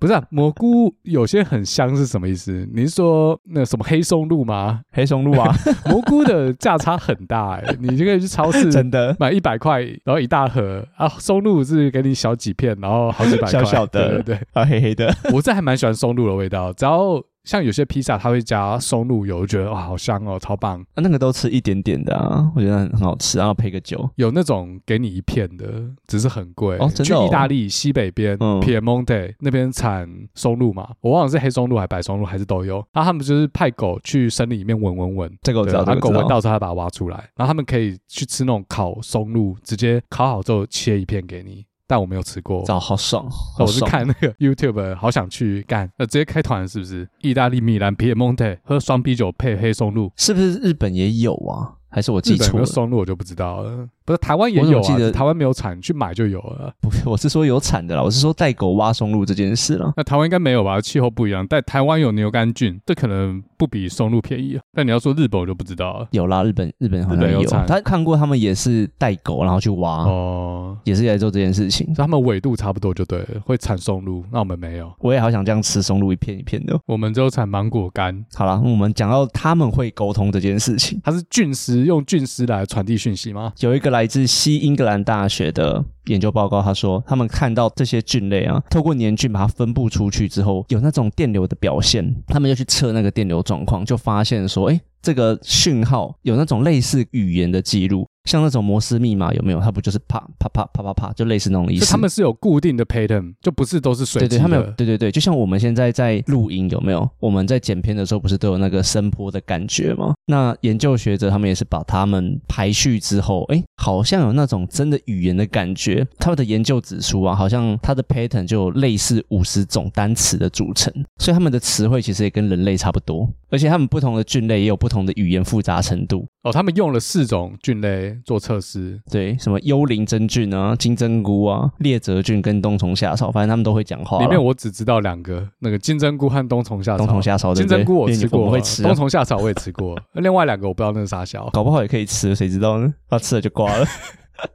S1: 不是、啊、蘑菇有些很香是什么意思？你是说那什么黑松露 吗？
S2: 黑松露啊，
S1: 蘑菇的价差很大哎、你就可以去超市
S2: 真的
S1: 买一百块，然后一大盒啊。松露是给你小几片，然后好几百块，
S2: 小小的
S1: 对对
S2: 啊，黑黑的，
S1: 对，我是还蛮喜欢松露的味道，只要。像有些披萨，它会加松露油，我觉得哇，好香哦，超棒！
S2: 啊那个都吃一点点的啊，我觉得很好吃，然后配个酒。
S1: 有那种给你一片的，只是很贵。
S2: 哦真的哦
S1: 去意大利西北边、
S2: 嗯
S1: Piemonte 那边产松露嘛，我忘了是黑松露还是白松露，还是都有。然后他们就是派狗去森林里面闻闻闻。
S2: 这个我哦知
S1: 对啊
S2: 道，这
S1: 然
S2: 个
S1: 后狗
S2: 我知
S1: 闻
S2: 道。
S1: 到之后，它把它挖出来，然后他们可以去吃那种烤松露，直接烤好之后切一片给你。但我没有吃过，
S2: 找好爽，好
S1: 我是
S2: 爽！
S1: 看那个 YouTube，好想去干，呃，直接开团是不是？意大利米兰 Piemonte 喝双啤酒配黑松露，
S2: 是不是日本也有啊？还是我
S1: 日
S2: 记
S1: 本有
S2: 错
S1: 没
S2: 了
S1: 有？松露我就不知道了。不是台湾也
S2: 我怎
S1: 有
S2: 么
S1: 啊，
S2: 记得
S1: 只是台湾没有产，去买就有了。
S2: 不是，我是说有产的啦，我是说带狗挖松露这件事啦。
S1: 那台湾应该没有吧？气候不一样，但台湾有牛肝菌，这可能不比松露便宜啊。但你要说日本，我就不知道了。
S2: 有啦，日本日本好
S1: 日
S2: 像
S1: 本有产
S2: 他看过他们也是带狗然后去挖，
S1: 哦，
S2: 也是啊来做这件事情。
S1: 所以他们纬度差不多就对了，会产松露，那我们没有，
S2: 我也好想这样吃松露一片一片的哦。
S1: 我们只有产芒果干。
S2: 好啦，我们讲到他们会沟通这件事情，
S1: 它是菌丝，用菌丝来传递讯息吗？
S2: 有一个来自西英格兰大学的研究报告，他说他们看到这些菌类啊，透过黏菌把它分布出去之后，有那种电流的表现，他们就去测那个电流状况，就发现说，哎，这个讯号有那种类似语言的记录。像那种摩斯密码有没有？它不就是啪啪啪啪啪啪，就类似那种意
S1: 所
S2: 思。
S1: 以他们是有固定的 pattern，就不是都是随
S2: 对
S1: 机
S2: 对，
S1: 的。
S2: 他们有对对对，就像我们现在在录音有没有？我们在剪片的时候不是都有那个声波的感觉吗？那研究学者他们也是把它们排序之后，哎，好像有那种真的语言的感觉。他们的研究指出啊，好像它的 pattern 就有类似五十种单词的组成，所以他们的词汇其实也跟人类差不多，而且他们不同的菌类也有不同的语言复杂程度。
S1: 哦，他们用了四种菌类做测试。
S2: 对，什么幽灵真菌啊、金针菇啊、裂褶菌跟冬虫夏草，反正他们都会讲话啦。
S1: 里面我只知道两个，那个金针菇和冬虫夏草。
S2: 冬虫夏草，哦
S1: 金
S2: 对不对
S1: 针菇我吃
S2: 因为你
S1: 过，
S2: 我会吃啊、
S1: 冬虫夏草我也吃 过，呃另外两个我不知道那是啥小。
S2: 搞不好也可以吃，谁知 道呢？他吃了就挂了。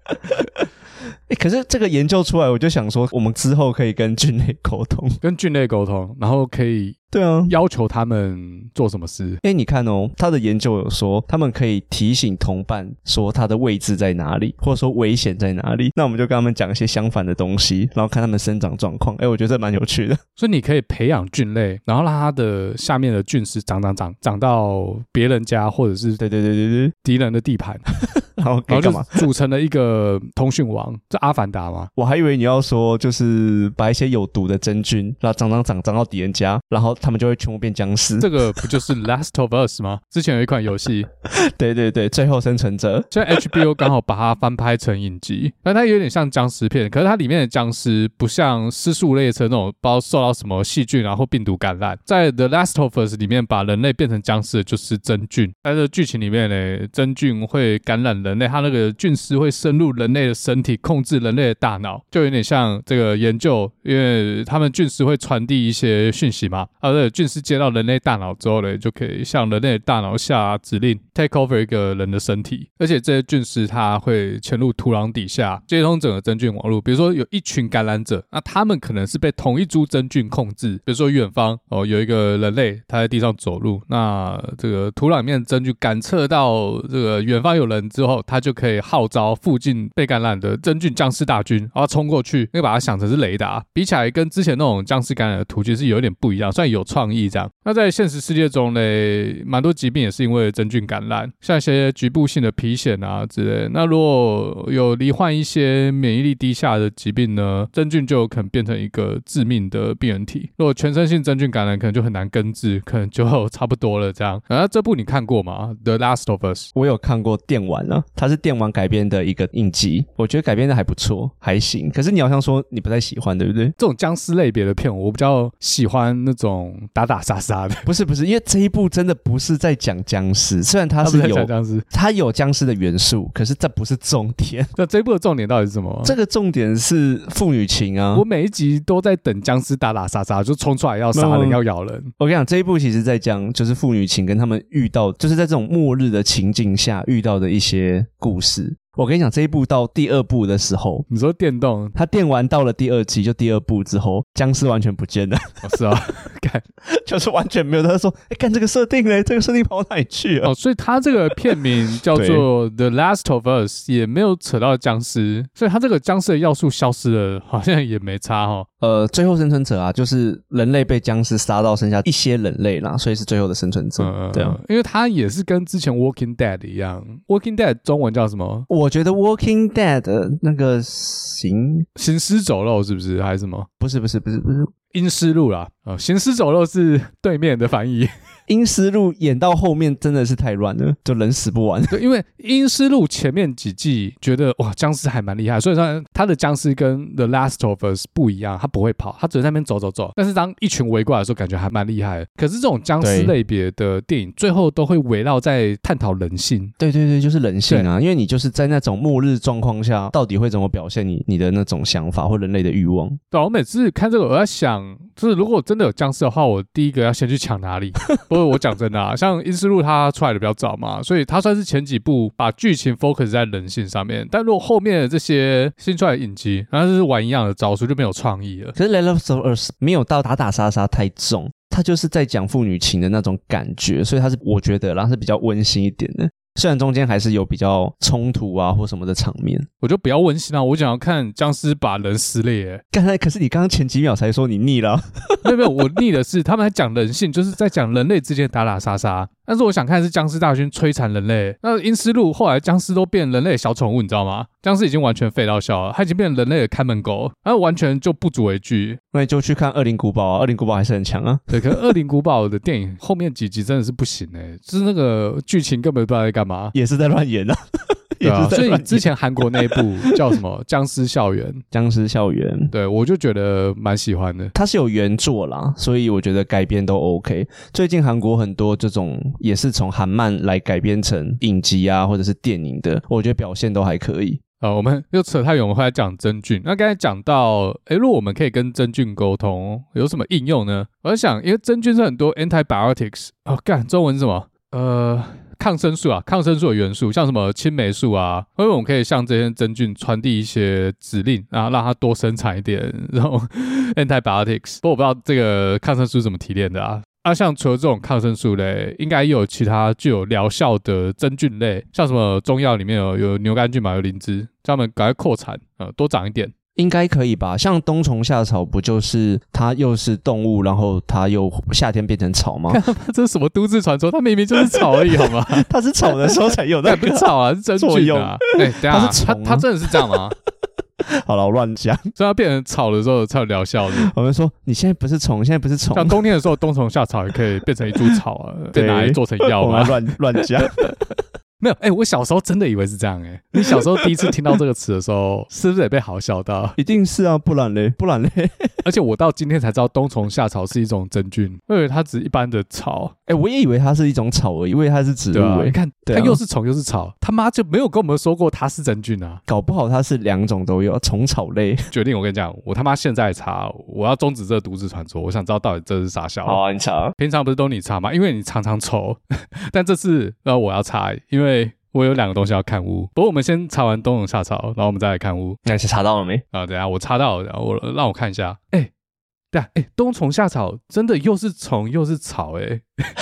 S2: 欸可是这个研究出来，我就想说，我们之后可以跟菌类沟通。
S1: 跟菌类沟通，然后可以
S2: 对啊，
S1: 要求他们做什么事。
S2: 因为你看哦，他的研究有说，他们可以提醒同伴说他的位置在哪里，或者说危险在哪里。那我们就跟他们讲一些相反的东西，然后看他们生长状况。哎、我觉得这蛮有趣的。
S1: 所以你可以培养菌类，然后让它的下面的菌丝长长长长到别人家或者是
S2: 对对对对对，
S1: 敌人的地 盘，
S2: 然后可
S1: 然后
S2: 以干
S1: 就
S2: 嘛？
S1: 组成了一个通讯网，这阿凡达 吗？
S2: 我还以为你要说就是把一些有毒的真菌，然后长长长长到敌人家，然后他们就会全部变僵尸。
S1: 这个不就是 Last of Us 吗？之前有一款游戏，
S2: 对对对，最后生存者。
S1: 现在 HBO 刚好把它翻拍成影集，但它有点像僵尸片，可是它里面的僵尸不像《失速列车》那种，不知道受到什么细菌然后病毒感染。在《The Last of Us》里面，把人类变成僵尸的就是真菌，但是剧情里面呢，真菌会感染人类，它那个菌丝会深入人类的身体，控制人类的大脑，就有点像这个研究，因为他们菌丝会传递一些讯息嘛，啊，对，菌丝接到人类大脑之后呢，就可以向人类的大脑下指令，take over 一个人的身体，而且这些菌丝它会潜入土壤底下，接通整个真菌网络。比如说有一群感染者，那他们可能是被同一株真菌控制，比如说远方哦有一个人类他在地上走路，那这个土壤里面的真菌感测到这个远方有人之后，它就可以号召附近被感染的呃真菌僵尸大军，然后冲过去，那个把它想成是雷达，比起来跟之前那种僵尸感染的途径是有点不一样，算有创意这样。那在现实世界中呢，蛮多疾病也是因为真菌感染，像一些局部性的皮癣啊之类的。那如果有罹患一些免疫力低下的疾病呢，真菌就有可能变成一个致命的病原体。如果全身性真菌感染，可能就很难根治，可能就差不多了这样。然后这部你看过吗？《The Last of Us》
S2: 我有看过电玩啊，它是电玩改编的一个影集，我觉得改编的还不错，还行。可是你好像说你不太喜欢，对不对？
S1: 这种僵尸类别的片，我比较喜欢那种打打杀杀的，
S2: 不是不是，因为这一部真的不是在讲僵尸，虽然它
S1: 他
S2: 是
S1: 在
S2: 有
S1: 讲僵尸。
S2: 它有僵尸的元素，可是这不是重点。
S1: 那这一部的重点到底是什么？
S2: 这个重点是父女情啊
S1: 我。每一集都在等僵尸打打杀杀，就冲出来要杀人、
S2: 嗯
S1: 要咬人。
S2: 我跟你讲，这一部其实在讲就是父女情跟他们遇到，就是在这种末日的情境下遇到的一些故事。我跟你讲，这一部到第二部的时候，
S1: 你说电 动、
S2: 他电玩到了第二季，就第二部之后，僵尸完全不见了，
S1: 哦、是啊，看
S2: 就是完全没有。他说：“哎，干这个设定嘞，这个设定跑哪里去 了
S1: 哦，所以它这个片名叫 做《The Last of Us》，也没有扯到僵尸，所以它这个僵尸的要素消失了，好像也没差哦。？”
S2: 呃，最后生存者啊，就是人类被僵尸杀到剩下一些人类啦，所以是最后的生存者。
S1: 嗯，
S2: 对啊，
S1: 因为它也是跟之前《Walking Dead》一样，《Walking Dead》中文叫什么？
S2: 我觉得《Walking Dead》的那个行，
S1: 行尸走肉是不是？还是什么
S2: 不是不是不是不是，
S1: 阴尸路啦？啊、行尸走肉是对面的翻译。
S2: 阴尸路演到后面真的是太乱了，就人死不完。
S1: 对，因为《阴尸路》前面几季觉得哇，僵尸还蛮厉害，所以说他的僵尸跟《The Last of Us》不一样，他不会跑，他只是在那边走走走。但是当一群围过来的时候，感觉还蛮厉害的。可是这种僵尸
S2: 对
S1: 类别的电影，最后都会围绕在探讨人性。
S2: 对对对，就是人性啊，因为你就是在那种末日状况下，到底会怎么表现你你的那种想法或人类的欲望？
S1: 对啊、我每次看这个，我在想，就是如果真的有僵尸的话，我第一个要先去抢哪里？ 不过我讲真的啊，像《阴尸路》它出来的比较早嘛，所以它算是前几部把剧情 focus 在人性上面。但如果后面的这些新出来的影集，然后就是玩一样的招数，就没有创意了。
S2: 可是《Last of Us》没有到打打杀杀太重，它就是在讲父女情的那种感觉，所以它是我觉得啦是比较温馨一点的。虽然中间还是有比较冲突啊或什么的场面，
S1: 我就不要温馨啊，我想要看僵尸把人撕裂、欸。
S2: 刚才可是你刚刚前几秒才说你腻了，啊
S1: 没有没有，我腻的是他们还讲人性，就是在讲人类之间打打杀杀。但是我想看的是僵尸大军摧残人类。那阴尸路后来僵尸都变人类的小宠物，你知道吗？僵尸已经完全废到笑了，它已经变人类的看门狗，然后完全就不足为惧。
S2: 那你就去看《恶灵古堡》啊，《恶灵古堡》还是很强啊。
S1: 对，可是《恶灵古堡》的电影后面几集真的是不行哎、就是那个剧情根本不知道在干嘛。
S2: 也是在乱演啊，
S1: 对啊，所以之
S2: 之前
S1: 前韩国那一部叫什么《僵尸校园》，
S2: 僵尸校园。
S1: 对我就觉得蛮喜欢的。
S2: 它是有原作啦，所以我觉得改编都 OK。最近韩国很多这种也是从韩漫来改编成影集啊，或者是电影的，我觉得表现都还可以。
S1: 呃，我们又扯太远，我们回来讲真菌。那刚才讲到，诶，如果我们可以跟真菌沟通，有什么应用呢？我在想，因为真菌是很多 antibiotics，哦，干，中文是什么？呃，抗生素啊，抗生素的元素，像什么青霉素啊，因为我们可以向这些真菌传递一些指令，然后让它多生产一点，然后 antibiotics。不过我不知道这个抗生素是怎么提炼的啊。啊，像除了这种抗生素类，应该也有其他具有疗效的真菌类，像什么中药里面有有牛肝菌嘛，有灵芝，叫他们赶快扩产，呃，多长一点。
S2: 应该可以吧？像冬虫夏草，不就是它又是动物，然后它又夏天变成草吗？
S1: 这是什么都市传说？它明明就是草而已，好吗？
S2: 它是草的时候才有
S1: 那
S2: 那
S1: 不
S2: 个
S1: 是。草啊，是真
S2: 作
S1: 菌
S2: 用
S1: 啊。哎、等一下，
S2: 它是
S1: 它
S2: 虫啊
S1: 它真的是这样吗？
S2: 好了，我乱讲。
S1: 所以它变成草的时候才有疗效 的。
S2: 我们说你现在不是虫，现在不 是虫，
S1: 像冬天的时候，冬虫夏草也可以变成一株草啊，被
S2: 对
S1: 拿来做成药
S2: 我们
S1: 嘛。
S2: 乱乱讲。
S1: 没有，哎、我小时候真的以为是这样、哎，你小时候第一次听到这个词的时候，是不是也被好笑到？
S2: 一定是啊，不然嘞，不然嘞，
S1: 而且我到今天才知道，冬虫夏草是一种真菌，我以为它只是一般的草，
S2: 哎、我也以为它是一种草而已，因为它是植
S1: 对
S2: 物、
S1: 吧、你
S2: 哎、
S1: 看，
S2: 对
S1: 它
S2: 啊
S1: 又是虫又是草，他妈就没有跟我们说过它是真菌啊！
S2: 搞不好它是两种都有，虫草类。
S1: 决定，我跟你讲，我他妈现在查，我要终止这个都市传说，我想知道到底这是啥笑话。
S2: 啊，
S3: 哦
S2: 你查。
S1: 平常不是都你查吗？因为你常常抽， 但这次呃我要查，因为我有两个东西要看屋。不过我们先查完冬虫夏草，然后我们再来看屋
S2: 那你查到了没？
S1: 啊。等一下我查到了，然后我让我看一下。哎、对啊，哎、冬虫夏草真的又是虫又是草、哎。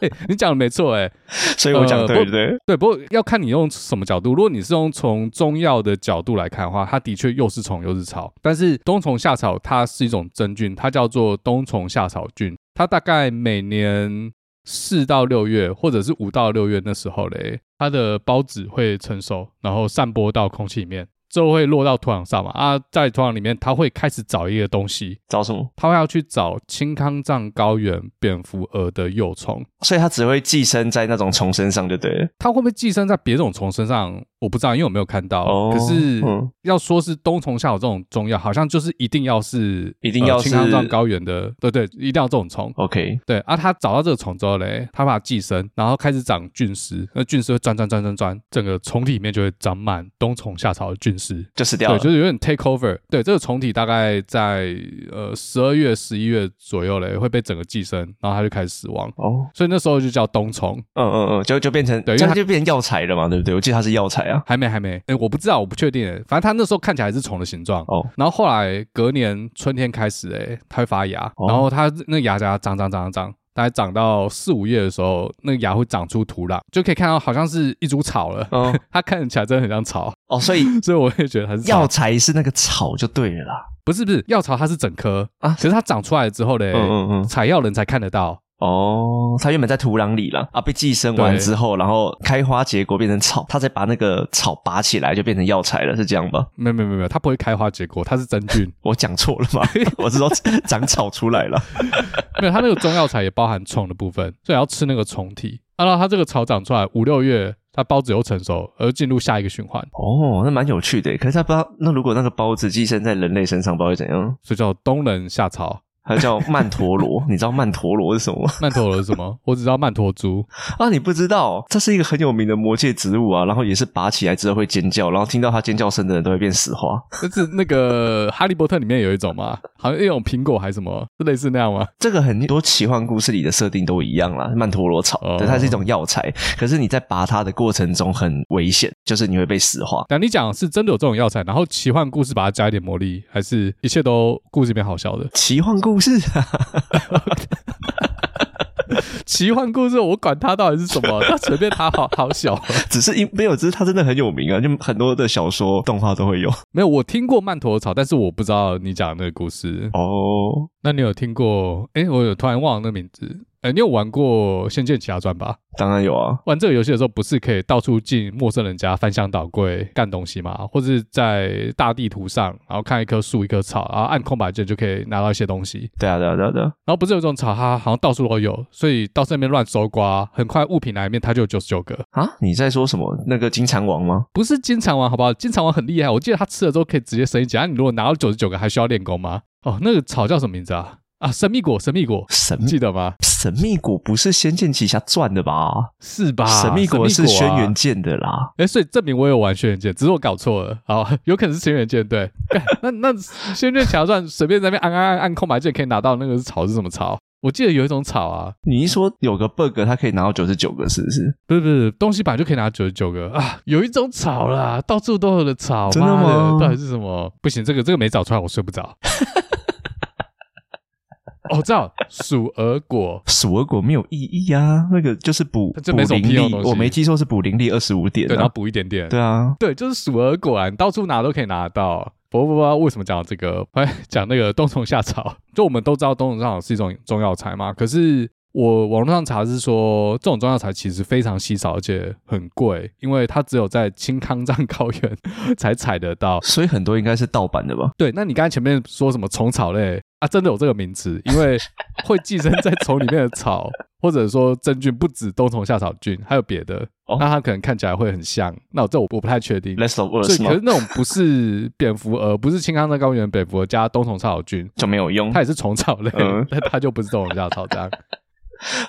S1: 哎、你讲的没错哎、
S2: 所
S1: 以我讲对不
S2: 对？
S1: 对，不过要看你用什么角度。如果你是用从中药的角度来看的话，它的确又是虫又是草。但是冬虫夏草它是一种真菌，它叫做冬虫夏草菌，它大概每年四到六月，或者是五到六月那时候嘞，它的孢子会成熟，然后散播到空气里面，最后会落到土壤上嘛。啊，在土壤里面，它会开始找一个东西，
S3: 找什么？
S1: 它会要去找青康藏高原蝙蝠蛾的幼虫。
S3: 所以它只会寄生在那种虫身上就对了。
S1: 它会不会寄生在别种虫身上？我不知道，因为我没有看到。
S3: 哦
S1: 可是、
S3: 嗯
S1: 要说是冬虫夏草这种中药，好像就是一定要是
S3: 一定要
S1: 呃
S3: 是哦
S1: 青藏藏高原的，对对，一定要这种虫。
S3: OK，
S1: 对啊，它找到这个虫之后嘞，它把它寄生，然后开始长菌丝，那菌丝会钻钻钻钻钻，整个虫体里面就会长满冬虫夏草的菌丝。
S3: 就死掉
S1: 对，
S3: 了。
S1: 就是有点 take over。对，这个虫体大概在呃十二月、十一月左右嘞，会被整个寄生，然后它就开始死亡。
S3: 哦，
S1: 所以那时候就叫冬虫，
S3: 嗯嗯嗯，就就变成，
S1: 对因为
S3: 这
S1: 它
S3: 样就变成药材了嘛，对不对？我记得它是药材啊。
S1: 还没，还没，哎，我不知道，我不确定，诶反正它那时候看起来是虫的形状。
S3: 哦
S1: 然后后来隔年春天开始，哎，它会发芽，
S3: 哦
S1: 然后它那个芽芽长长长长长，大概长到四五叶的时候，那个芽会长出土壤，就可以看到好像是一株草了。
S3: 哦
S1: 它看起来真的很像草，
S3: 哦，所以
S1: 所以我也觉得它是
S3: 药
S1: 草。
S3: 材是那个草就对了啦。
S1: 不是不是药草，它是整棵
S3: 啊
S1: 可是它长出来之后嘞，
S3: 嗯嗯嗯，
S1: 采药人才看得到。
S3: 哦，它原本在土壤里了啊，被寄生完
S1: 对
S3: 之后，然后开花结果变成草，它再把那个草拔起来就变成药材了，是这样吧？
S1: 没有没有没有没有，它不会开花结果，它是真菌。
S3: 我讲错了吗？我是说长草出来了。
S1: 没有，它那个中药材也包含虫的部分，所以要吃那个虫体。按照它这个草长出来五六月，它孢子又成熟，而进入下一个循环，
S3: 哦，那蛮有趣的耶。可是它不知道，那如果那个孢子寄生在人类身上，不知道会怎样？
S1: 所以叫冬人夏草。
S3: 它叫曼陀罗， 你知道曼陀罗是什么吗？
S1: 曼陀罗是什么？我只知道曼陀珠。
S3: 啊，你不知道，这是一个很有名的魔界植物啊。然后也是拔起来之后会尖叫，然后听到它尖叫声的人都会变石花。
S1: 就是那个《哈利波特》里面有一种嘛，好像一种苹果还是什么，是类似那样吗？
S3: 这个很多奇幻故事里的设定都一样啦，曼陀罗草，
S1: 哦
S3: 对，它是一种药材。可是你在拔它的过程中很危险，就是你会被石化。
S1: 但你讲是真的有这种药材，然后奇幻故事把它加一点魔力，还是一切都故事里面好笑的？
S3: 奇幻故事啊，
S1: 奇幻故事我管它到底是什么，它随便它好好小。
S3: 只是因没有，只是它真的很有名啊，就很多的小说、动画都会有。
S1: 没有，我听过曼陀草，但是我不知道你讲的那个故事。
S3: 哦，
S1: 那你有听过？哎，我有突然忘了那名字，呃，你有玩过《仙剑奇侠传》吧？
S2: 当然有啊，
S1: 玩这个游戏的时候，不是可以到处进陌生人家翻箱倒柜干东西吗？或者是在大地图上，然后看一棵树、一棵草，然后按空白键就可以拿到一些东西。
S2: 对啊，对啊，对啊，对啊，
S1: 然后不是有一种草，它好像到处都有，所以到那边乱搜刮，很快物品来面它就有九十九个。
S2: 啊，你在说什么？那个金蝉王吗？
S1: 不是金蝉王好不好？金蝉王很厉害，我记得它吃了之后可以直接升一级。啊，你如果拿到九十九个，还需要练功吗？哦，那个草叫什么名字啊？啊，神秘果，神秘果，
S2: 神
S1: 记得吗？
S2: 神秘果不是《仙剑奇侠传》的吧？
S1: 是吧？
S2: 神秘果
S1: 啊
S2: 是轩辕剑的啦。
S1: 哎，所以证明我有玩轩辕剑，只是我搞错了。好， 有可能是轩辕剑， 对。干那那轩辕桥段随便在那边按按按按空白键可以拿到那个是草是什么草？我记得有一种草啊，
S2: 你一说有个 bug，它可以拿到九十九个，是不是？
S1: 不是不是，东西本来就可以拿九十九个啊，有一种草啦，到处都有的草，
S2: 真的
S1: 妈
S2: 吗
S1: 到底是什么？不行，这个这个没找出来，我睡不 着。哦，我知道，鼠儿果，
S2: 鼠儿果没有意义啊，那个就是补
S1: 这
S2: 补
S1: 没什么
S2: 灵
S1: 屁用
S2: 力
S1: 的东，西
S2: 我没记错是补灵力二十五点、
S1: 对，然后
S2: 啊。
S1: 补一点点，
S2: 对啊，
S1: 对，就是鼠儿果啊，你到处拿都可以拿得到。不不不，为什么讲到这个？哎，讲那个冬虫夏草，就我们都知道冬虫夏草是一种中药材嘛。可是我网络上查是说，这种中药材其实非常稀少，而且很贵，因为它只有在青康藏高原 才采得到。
S2: 所以很多应该是盗版的吧？
S1: 对，那你刚才前面说什么虫草类啊？真的有这个名词，因为会寄生在虫里面的草，或者说真菌，不止冬虫夏草菌，还有别的。
S2: 哦
S1: 那它可能看起来会很像。那我这我我不太确定。
S2: Less of Us
S1: 所以可是
S2: 吗？
S1: 那种不是蝙蝠蛾，不是青康藏高原蝙蝠蛾加冬虫夏草菌，
S2: 就没有用
S1: 它。也是虫草类
S2: 嗯，
S1: 但它就不是冬虫夏草这 样。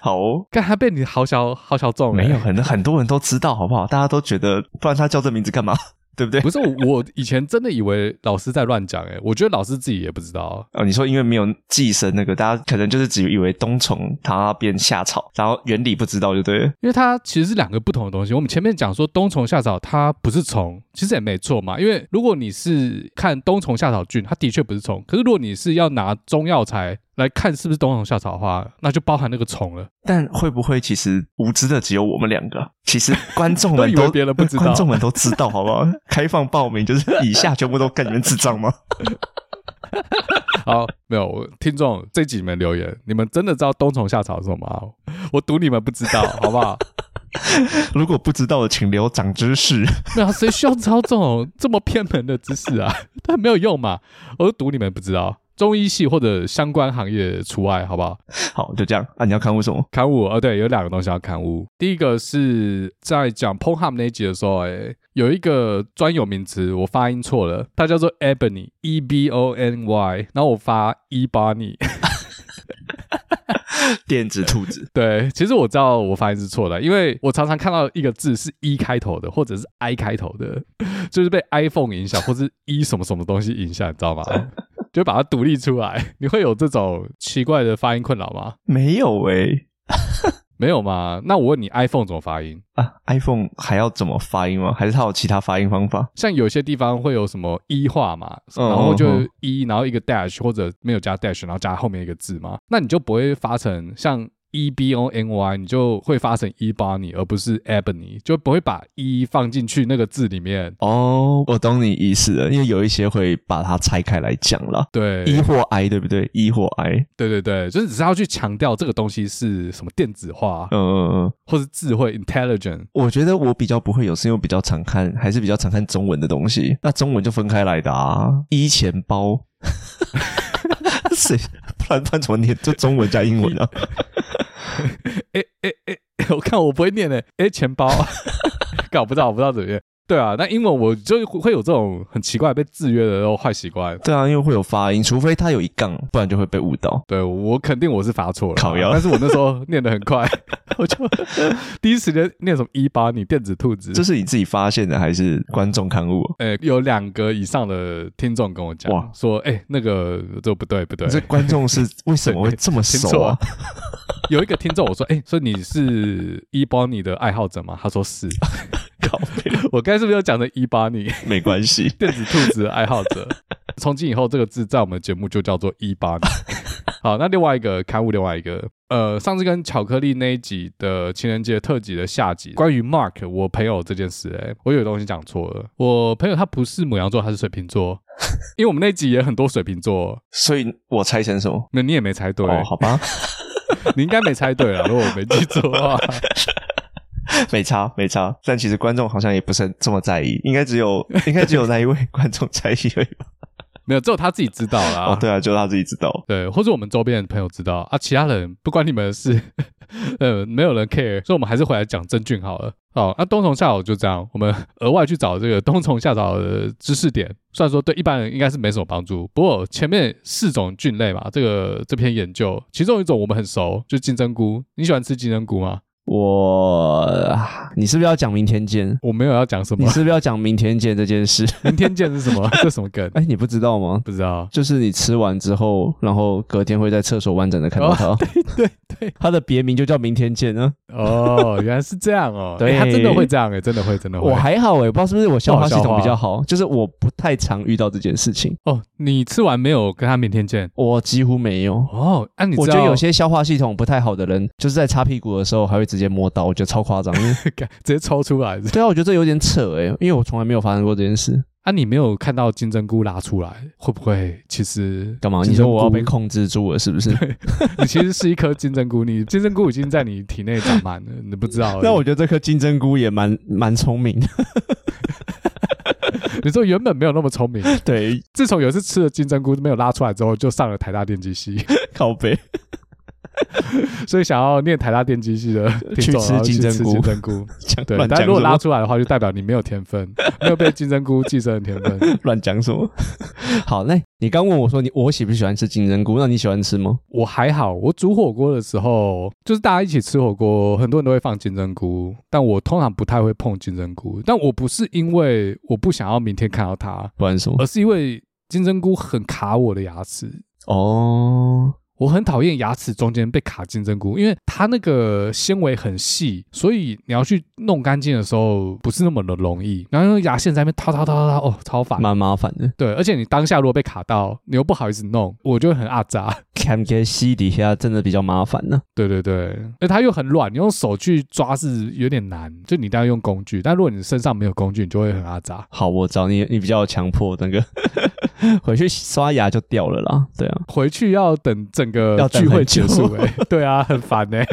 S2: 好、哦，
S1: 干，它被你好小好小欸中了
S2: 没有，很很多人都知道，好不好？大家都觉得，不然他叫这名字干嘛？ 对不对？
S1: 不是我以前真的以为老师在乱讲哎，我觉得老师自己也不知道。
S2: 哦，你说因为没有寄生那个，大家可能就是只以为冬虫它变夏草，然后原理不知道就对了。
S1: 因为它其实是两个不同的东西。我们前面讲说冬虫夏草，它不是虫，其实也没错嘛。因为如果你是看冬虫夏草菌，它的确不是虫。可是如果你是要拿中药材来看是不是冬虫夏草的话，那就包含那个虫了。
S2: 但会不会其实无知的只有我们两个？其实观众
S1: 都
S2: 们
S1: 以
S2: 都
S1: 为别人不知道
S2: 观众们都知道，好不好？开放报名就是以下全部都干你们智障吗？
S1: 好，没有我听众这集你们留言，你们真的知道冬虫夏草是什么吗？我赌你们不知 道，好不好？
S2: 如果不知道的，请留长知识。
S1: 没有啊，谁需要知道这种这么偏门的知识啊？ 但没有用嘛，我就赌你们不知道，中医系或者相关行业除外，好不好？
S2: 好，就这样。啊，你要看为什么？
S1: 刊物哦，对，有两个东西要刊物。第一个是在讲 p o n h u b 那一集的时候，哎，有一个专有名词我发音错了，它叫做 ebony，e b o n y，然后我发 e b o n y
S2: 电子兔子。
S1: 对，其实我知道我发音是错的，啊因为我常常看到一个字是 E 开头的，或者是 I 开头的， 就是被 iPhone 影响，或是 E 什么什么东西影响，你知道吗？就把它独立出来， 你会有这种奇怪的发音困扰吗？
S2: 没有欸诶、
S1: 没有吗？那我问你，iPhone 怎么发音？
S2: 啊，iPhone 还要怎么发音吗？还是它有其他发音方法？
S1: 像有些地方会有什么一化嘛，
S2: 嗯
S1: 然后就
S2: 嗯嗯
S1: 一，然后一个 dash 或者没有加 dash，然后加后面一个字嘛，那你就不会发成像 e b o n y，你就会发成 e bonny 而不是 ebony，就不会把 e 放进去那个字里面。
S2: 哦，我懂你意思了，因为有一些会把它拆开来讲啦。
S1: 对，
S2: 一或 I 对不对？一或 I，
S1: 对对对，就是只是要去强调这个东西是什么电子化，
S2: 嗯嗯嗯，
S1: 或是智慧 intelligent。
S2: 我觉得我比较不会有，是因为我比较常看，还是比较常看中文的东西。那中文就分开来的啊，一钱包， 谁不然不然怎么念？就中文加英文啊？
S1: 哎哎哎，我看我不会念诶，哎，钱包， 搞不知道，我不知道怎么念。对啊，那英文我就会有这种很奇怪被制约的那种坏习惯。
S2: 对啊，因为会有发音，除非它有一杠，不然就会被误导。
S1: 对我肯定我是发错了，
S2: 烤腰
S1: 但是我那时候念得很快， 我就第一时间念什么一八你电子兔子，
S2: 这是你自己发现的，还是观众刊物？
S1: 呃有两个以上的听众跟我讲
S2: 哇
S1: 说，哎、那个这不对不对
S2: 你，这观众是为什么会这么
S1: 听
S2: 熟
S1: 错
S2: 啊
S1: 了？。有一个听众我说，哎、所以你是一八你的爱好者吗？他说是，
S2: 靠北，
S1: 我刚才是不是又讲的一八你
S2: 没关系。
S1: 电子兔子的爱好 者？从今以后，这个字在我们节目就叫做一八年。好，那另外一个刊物，另外一个，呃，上次跟巧克力那一集的情人节特辑的下集，关于 Mark 我朋友这件事、欸，我有东西讲错了。我朋友他不是母羊座，他是水瓶座，因为我们那集也很多水瓶座，
S2: 所以我猜成什么？
S3: 哦
S1: 那你也没猜对。
S2: 哦，好吧，
S1: 你应该没猜对了，如果我没记错 的话。
S3: 没差没差，但其实观众好像也不是很这么在意，应该只有应该只有那一位 观众在意而已吧。
S1: 没有，只有他自己知道啦。
S3: 哦，对啊，就他自己知道。，
S1: 对，或者我们周边的朋友知道啊，其他人不关你们的事， 呃，没有人 care，所以我们还是回来讲真菌好了。好，那冬虫夏草就这样，我们 额外去找这个冬虫夏草的知识点，虽然说对一般人应该是没什么帮助，不过前面四种菌类嘛，这个这篇研究，其中一种我们很熟，就是金针菇。你喜欢吃金针菇吗？
S2: 我，你是不是要讲明天见？
S1: 我没有要讲什
S2: 你
S1: 么，
S2: 是不是要讲明天见这件事？
S1: 明天见是什么？ 这什么梗？
S2: 哎，你不知道吗？
S1: 不知道。
S2: 就是你吃完之后，然后隔天会在厕所完整的看到它。对对对，它的别名就叫明天见啊。
S1: 哦，原来是这样哦。
S2: 对
S1: 欸他真的会这样哎、真的会，真的会。
S2: 我还好哎、我不知道是不是我消化系
S1: 不好消
S2: 统
S1: 化
S2: 比较好，就是我不太常遇到这件事情，
S1: 哦，你吃完没有跟他明天见？
S2: 我几乎没有。
S1: 哦，那、你
S2: 我
S1: 知
S2: 觉
S1: 道
S2: 得有些消化系统不太好的人，就是在擦屁股的时候还会直接摸到，我觉得超 夸张。因为
S1: 干直接抽出来是不是
S2: 对啊，我觉得这有点扯哎、因为我从来没有发生过这件事。
S1: 啊，你没有看到金针菇拉出来，会不会其实
S2: 干嘛？
S1: 金
S2: 你
S1: 针
S2: 说
S1: 菇
S2: 我要被控制住了是不 是？
S1: 你其实是一颗金针菇，你金针菇已经在你体内长满了，你不知道而已。
S2: 那我觉得这颗金针菇也蛮蛮聪明的。
S1: 你说原本没有那么聪明，
S2: 对，
S1: 自从有一次吃了金针菇没有拉出来之后，就上了台大电机系，
S2: 靠背。
S1: 所以想要念台大电机系的听
S2: 去
S1: 众
S2: 吃
S1: 然后去
S2: 金针
S1: 吃
S2: 菇
S1: 金针 菇，
S2: 讲
S1: 对，
S2: 乱
S1: 但
S2: 讲
S1: 如果
S2: 什
S1: 拉
S2: 么？
S1: 出来的话，就代表你没有天分，没有被金针菇寄生的天分。
S2: 乱讲什么？ 好，那你刚问我说你我喜不喜欢吃金针菇？那你喜欢吃吗？
S1: 我还好，我煮火锅的时候，就是大家一起吃火锅，很多人都会放金针菇，但我通常不太会碰金针菇。但我不是因为我不想要明天看到它，
S2: 不然什么
S1: 而？是因为金针菇很卡我的牙齿。
S2: 呃哦，
S1: 我很讨厌牙齿中间被卡金针菇，因为它那个纤维很细，所以你要去弄干净的时候不是那么的容易。然后用牙线在那边掏掏掏掏掏，哦，超烦。
S2: 蛮麻烦的。
S1: 对，而且你当下如果被卡到，你又不好意思弄，我就会很阿扎。
S2: 感觉西底下真的比较麻烦啊呢、
S1: 对对对，而它又很软，你用手去抓是有点难，就你一定要用工具。但如果你身上没有工具，你就会很阿杂。
S2: 好，我找你，你比较有强迫那个， 回去刷牙就掉了啦。对啊，
S1: 回去要等整个
S2: 要等
S1: 聚会
S2: 很久
S1: 结束、欸， 对啊，很烦哎、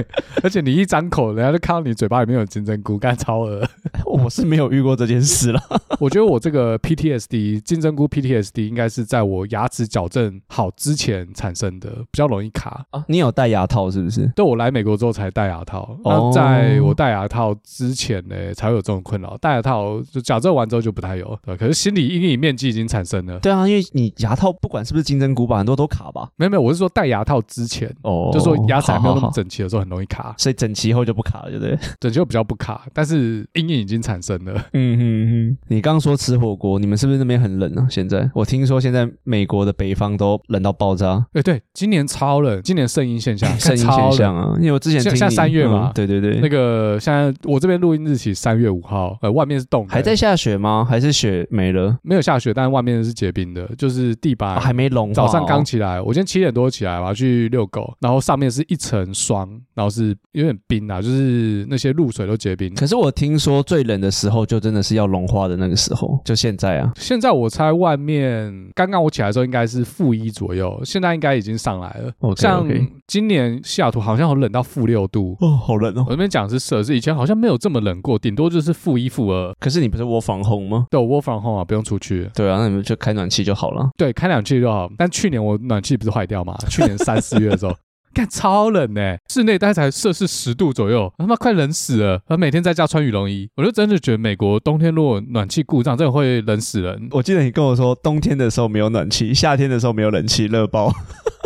S1: 而且你一张口，人家就看到你嘴巴里面有金针菇，干超恶。
S2: 我是没有遇过这件事啦。
S1: 我觉得我这个 PTSD 金针菇 PTSD 应该是在我牙齿矫正好之前产生的，比较容易卡。
S2: 啊，你有戴牙套是不是？
S1: 对我来美国之后才戴牙套，那
S2: 哦
S1: 在我戴牙套之前呢，才会有这种困扰。戴牙套就矫正完之后就不太有，对。可是心理阴影面积已经产生了。
S2: 对啊，因为你牙套不管是不是金针菇吧，很多都卡吧。
S1: 没有没有，我是说戴牙套之前，
S2: 哦
S1: 就说牙齿还没有那么
S2: 好好好
S1: 整齐的时候很容易卡，
S2: 所以整齐后就不卡了，对不对？
S1: 整齐又比较不卡，但是阴影已经产生了。
S2: 嗯哼哼，你刚刚说吃火锅，你们是不是那边很冷啊？现在我听说现在美国的北方都冷到爆炸，
S1: 哎，对，今年超冷，今年圣婴现象，
S2: 圣婴
S1: 看超
S2: 现
S1: 冷
S2: 象啊！因为我之前
S1: 像
S2: 听
S1: 像
S2: 你
S1: 三月嘛
S2: 嗯对对对，
S1: 那个现在我这边录音日期三月五号，呃，外面是冻的，
S2: 还在下雪吗？还是雪没了？
S1: 没有下雪，但是外面是结冰的，就是地板、
S2: 啊还没融化哦。
S1: 早上刚起来，我今天七点多起来，我要去遛狗，然后上面是一层霜，然后是有点冰啊，就是那些露水都结冰。
S2: 可是我听说最冷的时候就真的是要融化的那个时候，就现在啊。
S1: 现在我猜外面，刚刚我起来的时候应该是负一左右，现在应该已经上来了。
S2: OK，OK
S1: 像今年西雅图好像有冷到负六度，
S2: 哦，好冷
S1: 我！那边讲的是摄氏，以前好像没有这么冷过，顶多就是负一负二。
S2: 可是你不是我防控吗？
S1: 对，我 work from home 啊，不用出去。
S2: 对啊，那你们就开暖气就好了。
S1: 对，开暖气就好。但去年我暖气不是坏掉吗？去年三四月的时 候，干超冷呢、室内大概才摄氏十度左右，他妈快冷死了。他每天在家穿羽绒衣，我就真的觉得美国冬天如果暖气故障，真的会冷死 人。
S2: 我记得你跟我说，冬天的时候没有暖气，夏天的时候没有冷气，热爆。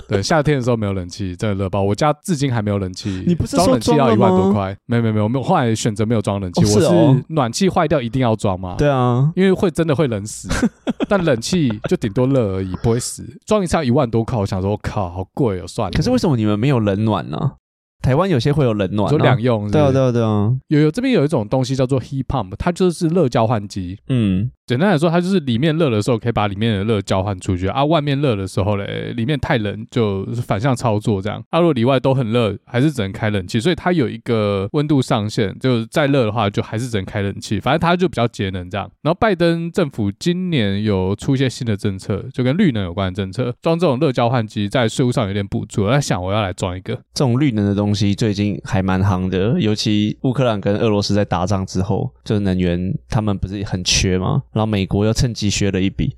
S1: 对，夏天的时候没有冷气，真的热爆。我家至今还没有冷气，
S2: 你不是
S1: 装冷气
S2: 说装
S1: 要
S2: 了
S1: 一万
S2: 吗
S1: 多块？没有没有没有，我没有后来选择没有装冷气，
S2: 哦是
S1: 我
S2: 哦
S1: 是暖气坏掉一定要装嘛。
S2: 对啊，
S1: 因为会真的会冷 死，但冷气就顶多热而已，不会死。装一下一万多块，我想说，我靠，好贵哦，算了。
S2: 可是为什么你们没有冷暖啊呢、台湾有些会有冷暖、啊，
S1: 说两用是不
S2: 对啊，
S1: 是
S2: 对啊，对啊，
S1: 有有这边有一种东西叫做 heat pump，它就是热交换机。
S2: 嗯，
S1: 简单来说，它就是里面热的时候可以把里面的热交换出去啊，外面热的时候嘞，里面太冷就是反向操作这样。啊，如果里外都很热，还是只能开冷气，所以它有一个温度上限，就是再热的话就还是只能开冷气。反正它就比较节能这样。然后拜登政府今年有出一些新的政策，就跟绿能有关的政策，装这种热交换机在税务上有点补助。我在想我要来装一个，
S2: 这种绿能的东西最近还蛮夯的，尤其乌克兰跟俄罗斯在打仗之后，就是能源他们不是很缺吗？然后美国又趁机削了一笔，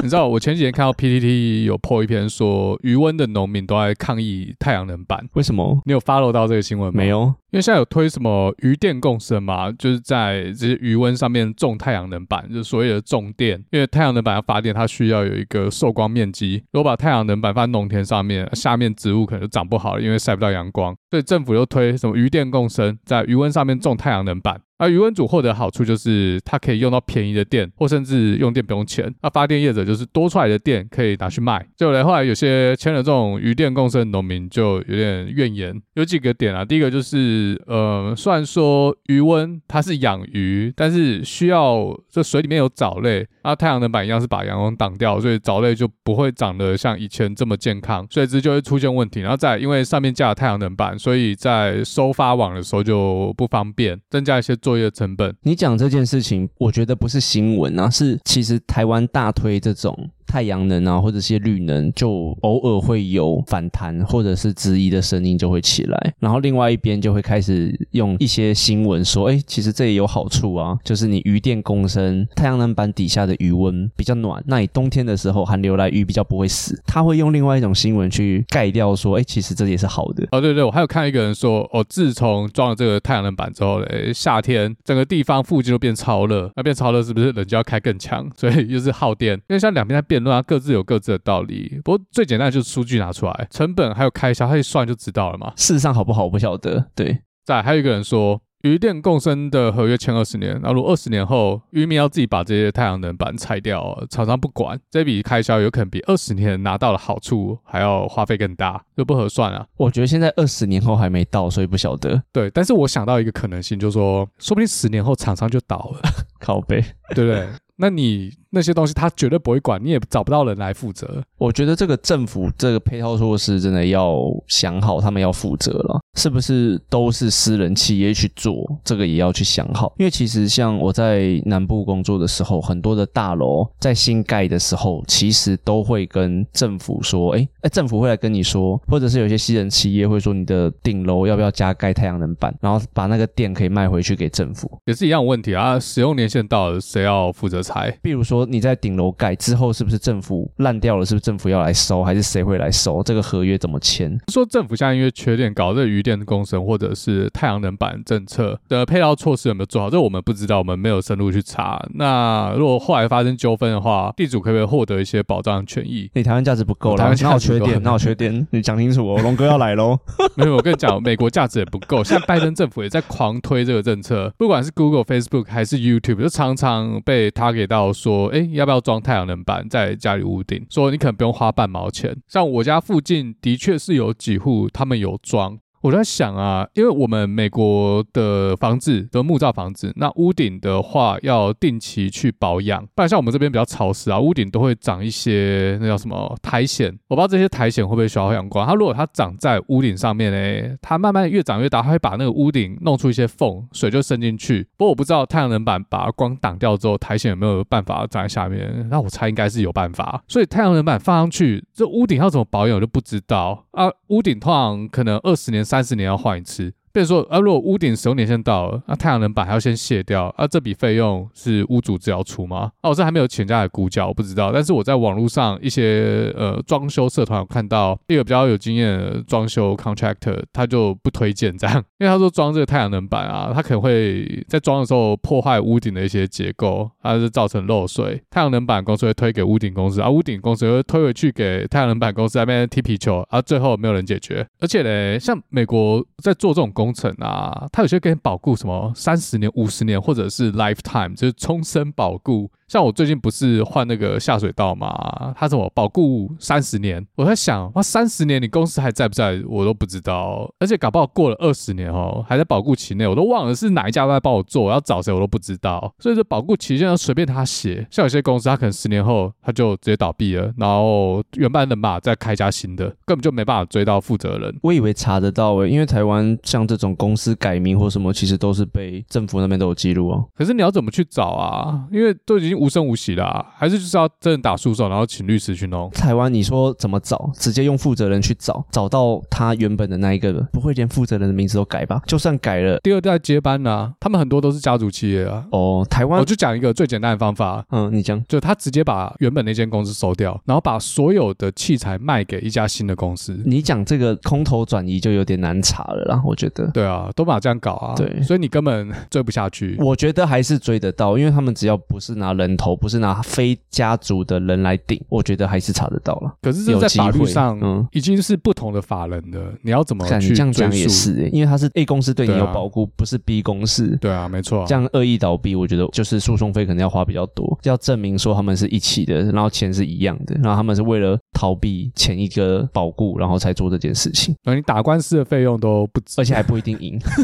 S1: 你知道我前几天看到 PTT 有 po 一篇说，余温的农民都在抗议太阳能板。
S2: 为什么？
S1: 你有 follow 到这个新闻吗？
S2: 没，有，
S1: 因为现在有推什么余电共生嘛，就是在这些余温上面种太阳能板，就是所谓的种电。因为太阳能板要发电，它需要有一个受光面积。如果把太阳能板放在农田上面，下面植物可能就长不好了，因为晒不到阳光。所以政府又推什么余电共生，在余温上面种太阳能板。而余温组获得的好处就是它可以用到便宜的电，或甚至用电不用钱。那发电业者就是多出来的电可以拿去卖。就嘞，后来有些签了这种余电共生的农民就有点怨言，有几个点啊。第一个就是，呃，虽然说余温它是养鱼，但是需要这水里面有藻类，那太阳能板一样是把阳光挡掉，所以藻类就不会长得像以前这么健康，水质就会出现问题。然后再来因为上面架了太阳能板，所以在收发网的时候就不方便，增加一些作业成本。
S2: 你讲这件事情，我觉得不是新闻啊，是其实台湾大推这种太阳能啊，或者是绿能，就偶尔会有反弹或者是质疑的声音就会起来，然后另外一边就会开始用一些新闻说，哎，其实这也有好处啊，就是你余电共生，太阳能板底下的余温比较暖，那你冬天的时候寒流来，鱼比较不会死。他会用另外一种新闻去盖掉说，哎，其实这也是好的。
S1: 哦，对对，我还有看一个人说，哦，自从装了这个太阳能板之后嘞，夏天整个地方附近都变超热，那变超热是不是人就要开更强？ 所以又是耗电。因为像两边在辩论啊，各自有各自的道理。不过最简单的就是数据拿出来，成本还有开销，他一算就知道了嘛。
S2: 事实上好不好我不晓得，对，
S1: 再来还有一个人说，渔电共生的合约签二十年，然后如果二十年后渔民要自己把这些太阳能板拆掉哦，厂商不管，这笔开销有可能比二十年拿到的好处还要花费更大，就不合算啊。
S2: 我觉得现在二十年后还没到，所以不晓得。
S1: 对，但是我想到一个可能性，就是说，说不定十年后厂商就倒了，
S2: 靠背。
S1: 对不对？那你那些东西他绝对不会管，你也找不到人来负责。
S2: 我觉得这个政府这个配套措施真的要想好，他们要负责了，是不是都是私人企业去做？这个也要去想好，因为其实像我在南部工作的时候，很多的大楼在新盖的时候，其实都会跟政府说，哎哎，政府会来跟你说，或者是有些私人企业会说，你的顶楼要不要加盖太阳能板，然后把那个电可以卖回去给政府。
S1: 也是一样的问题啊，使用年限到了，谁要负责拆？
S2: 比如说你在顶楼盖之后，是不是政府烂掉了？是不是政府要来收，还是谁会来收？这个合约怎么签？
S1: 说政府现在因为缺电搞这个余电工程或者是太阳能板政策的配套措施有没有做好，这我们不知道，我们没有深入去查。那如果后来发生纠纷的话，地主可不可以获得一些保障权益？
S2: 你台湾价值不够
S1: 我台
S2: 了
S1: 湾，价
S2: 那我
S1: 值不
S2: 缺
S1: 够
S2: 点，那我缺点，你讲清楚哦，龙哥要来喽。
S1: 没有，我跟你讲，美国价值也不够。现在拜登政府也在狂推这个政策，不管是 Google、Facebook 还是 YouTube，就常常被 target 到说，哎，要不要装太阳能板在家里屋顶？说你可能不用花半毛钱。像我家附近的确是有几户他们有装。我在想啊，因为我们美国的房子的木造房子，那屋顶的话要定期去保养，不然像我们这边比较潮湿啊，屋顶都会长一些那叫什么苔藓，我不知道这些苔藓会不会消耗阳光。它如果它长在屋顶上面呢，它慢慢越长越大，它会把那个屋顶弄出一些缝，水就渗进去。不过我不知道太阳能板把光挡掉之后，苔藓有没有办法长在下面？那我猜应该是有办法。所以太阳能板放上去，这屋顶要怎么保养我就不知道啊。屋顶通常可能二十年、三十年要换一次。变成说，啊，如果屋顶使用年限到了，那、太阳能板还要先卸掉，啊，这笔费用是屋主只要出吗？啊，我这还没有请假的估价，我不知道。但是我在网络上一些呃装修社团有看到一个比较有经验的装修 contractor，他就不推荐这样，因为他说装这个太阳能板啊，它可能会在装的时候破坏屋顶的一些结构，它是造成漏水。太阳能板公司会推给屋顶公司，啊，屋顶公司会推回去给太阳能板公司那边踢皮球，啊，最后没有人解决。而且嘞，像美国在做这种工程啊，它有些给你保固什么三十年、五十年，或者是 lifetime，就是终身保固。像我最近不是换那个下水道嘛，它怎么保固三十年？我在想，哇，三十年你公司还在不在，我都不知道。而且搞不好过了二十年哦，还在保固期内，我都忘了是哪一家在帮我做，我要找谁我都不知道。所以这保固期限要随便他写。像有些公司，他可能十年后他就直接倒闭了，然后原班人马再开一家新的，根本就没办法追到负责人。
S2: 我以为查得到欸诶、因为台湾像这种公司改名或什么，其实都是被政府那边都有记录哦。
S1: 可是你要怎么去找啊？因为都已经无声无息啦、还是就是要真的打诉讼，然后请律师去弄。
S2: 台湾你说怎么找？直接用负责人去找，找到他原本的那一个人，不会连负责人的名字都改吧？就算改了，
S1: 第二代接班呢、他们很多都是家族企业啊。
S2: 哦，台湾
S1: 我，就讲一个最简单的方法，
S2: 嗯，你讲，
S1: 就他直接把原本那间公司收掉，然后把所有的器材卖给一家新的公司。
S2: 你讲这个空头转移就有点难查了啦，我觉得。
S1: 对啊，都把这样搞啊。
S2: 对
S1: 所以你根本追不下去。
S2: 我觉得还是追得到，因为他们只要不是拿人头，不是拿非家族的人来顶，我觉得还是查得到了。
S1: 可是这在法律上
S2: 有机会嗯
S1: 已经是不同的法人了，你要怎么
S2: 看你
S1: 去
S2: 这样
S1: 追
S2: 讲也
S1: 溯？
S2: 是、欸，因为他是 A 公司对你
S1: 对
S2: 有
S1: 啊
S2: 保护，不是 B 公司。
S1: 对啊，没错啊。
S2: 这样恶意倒闭，我觉得就是诉讼费可能要花比较多，要证明说他们是一起的，然后钱是一样的，然后他们是为了逃避前一个保固，然后才做这件事情，
S1: 然后你打官司的费用都不止，
S2: 而且还不一定赢，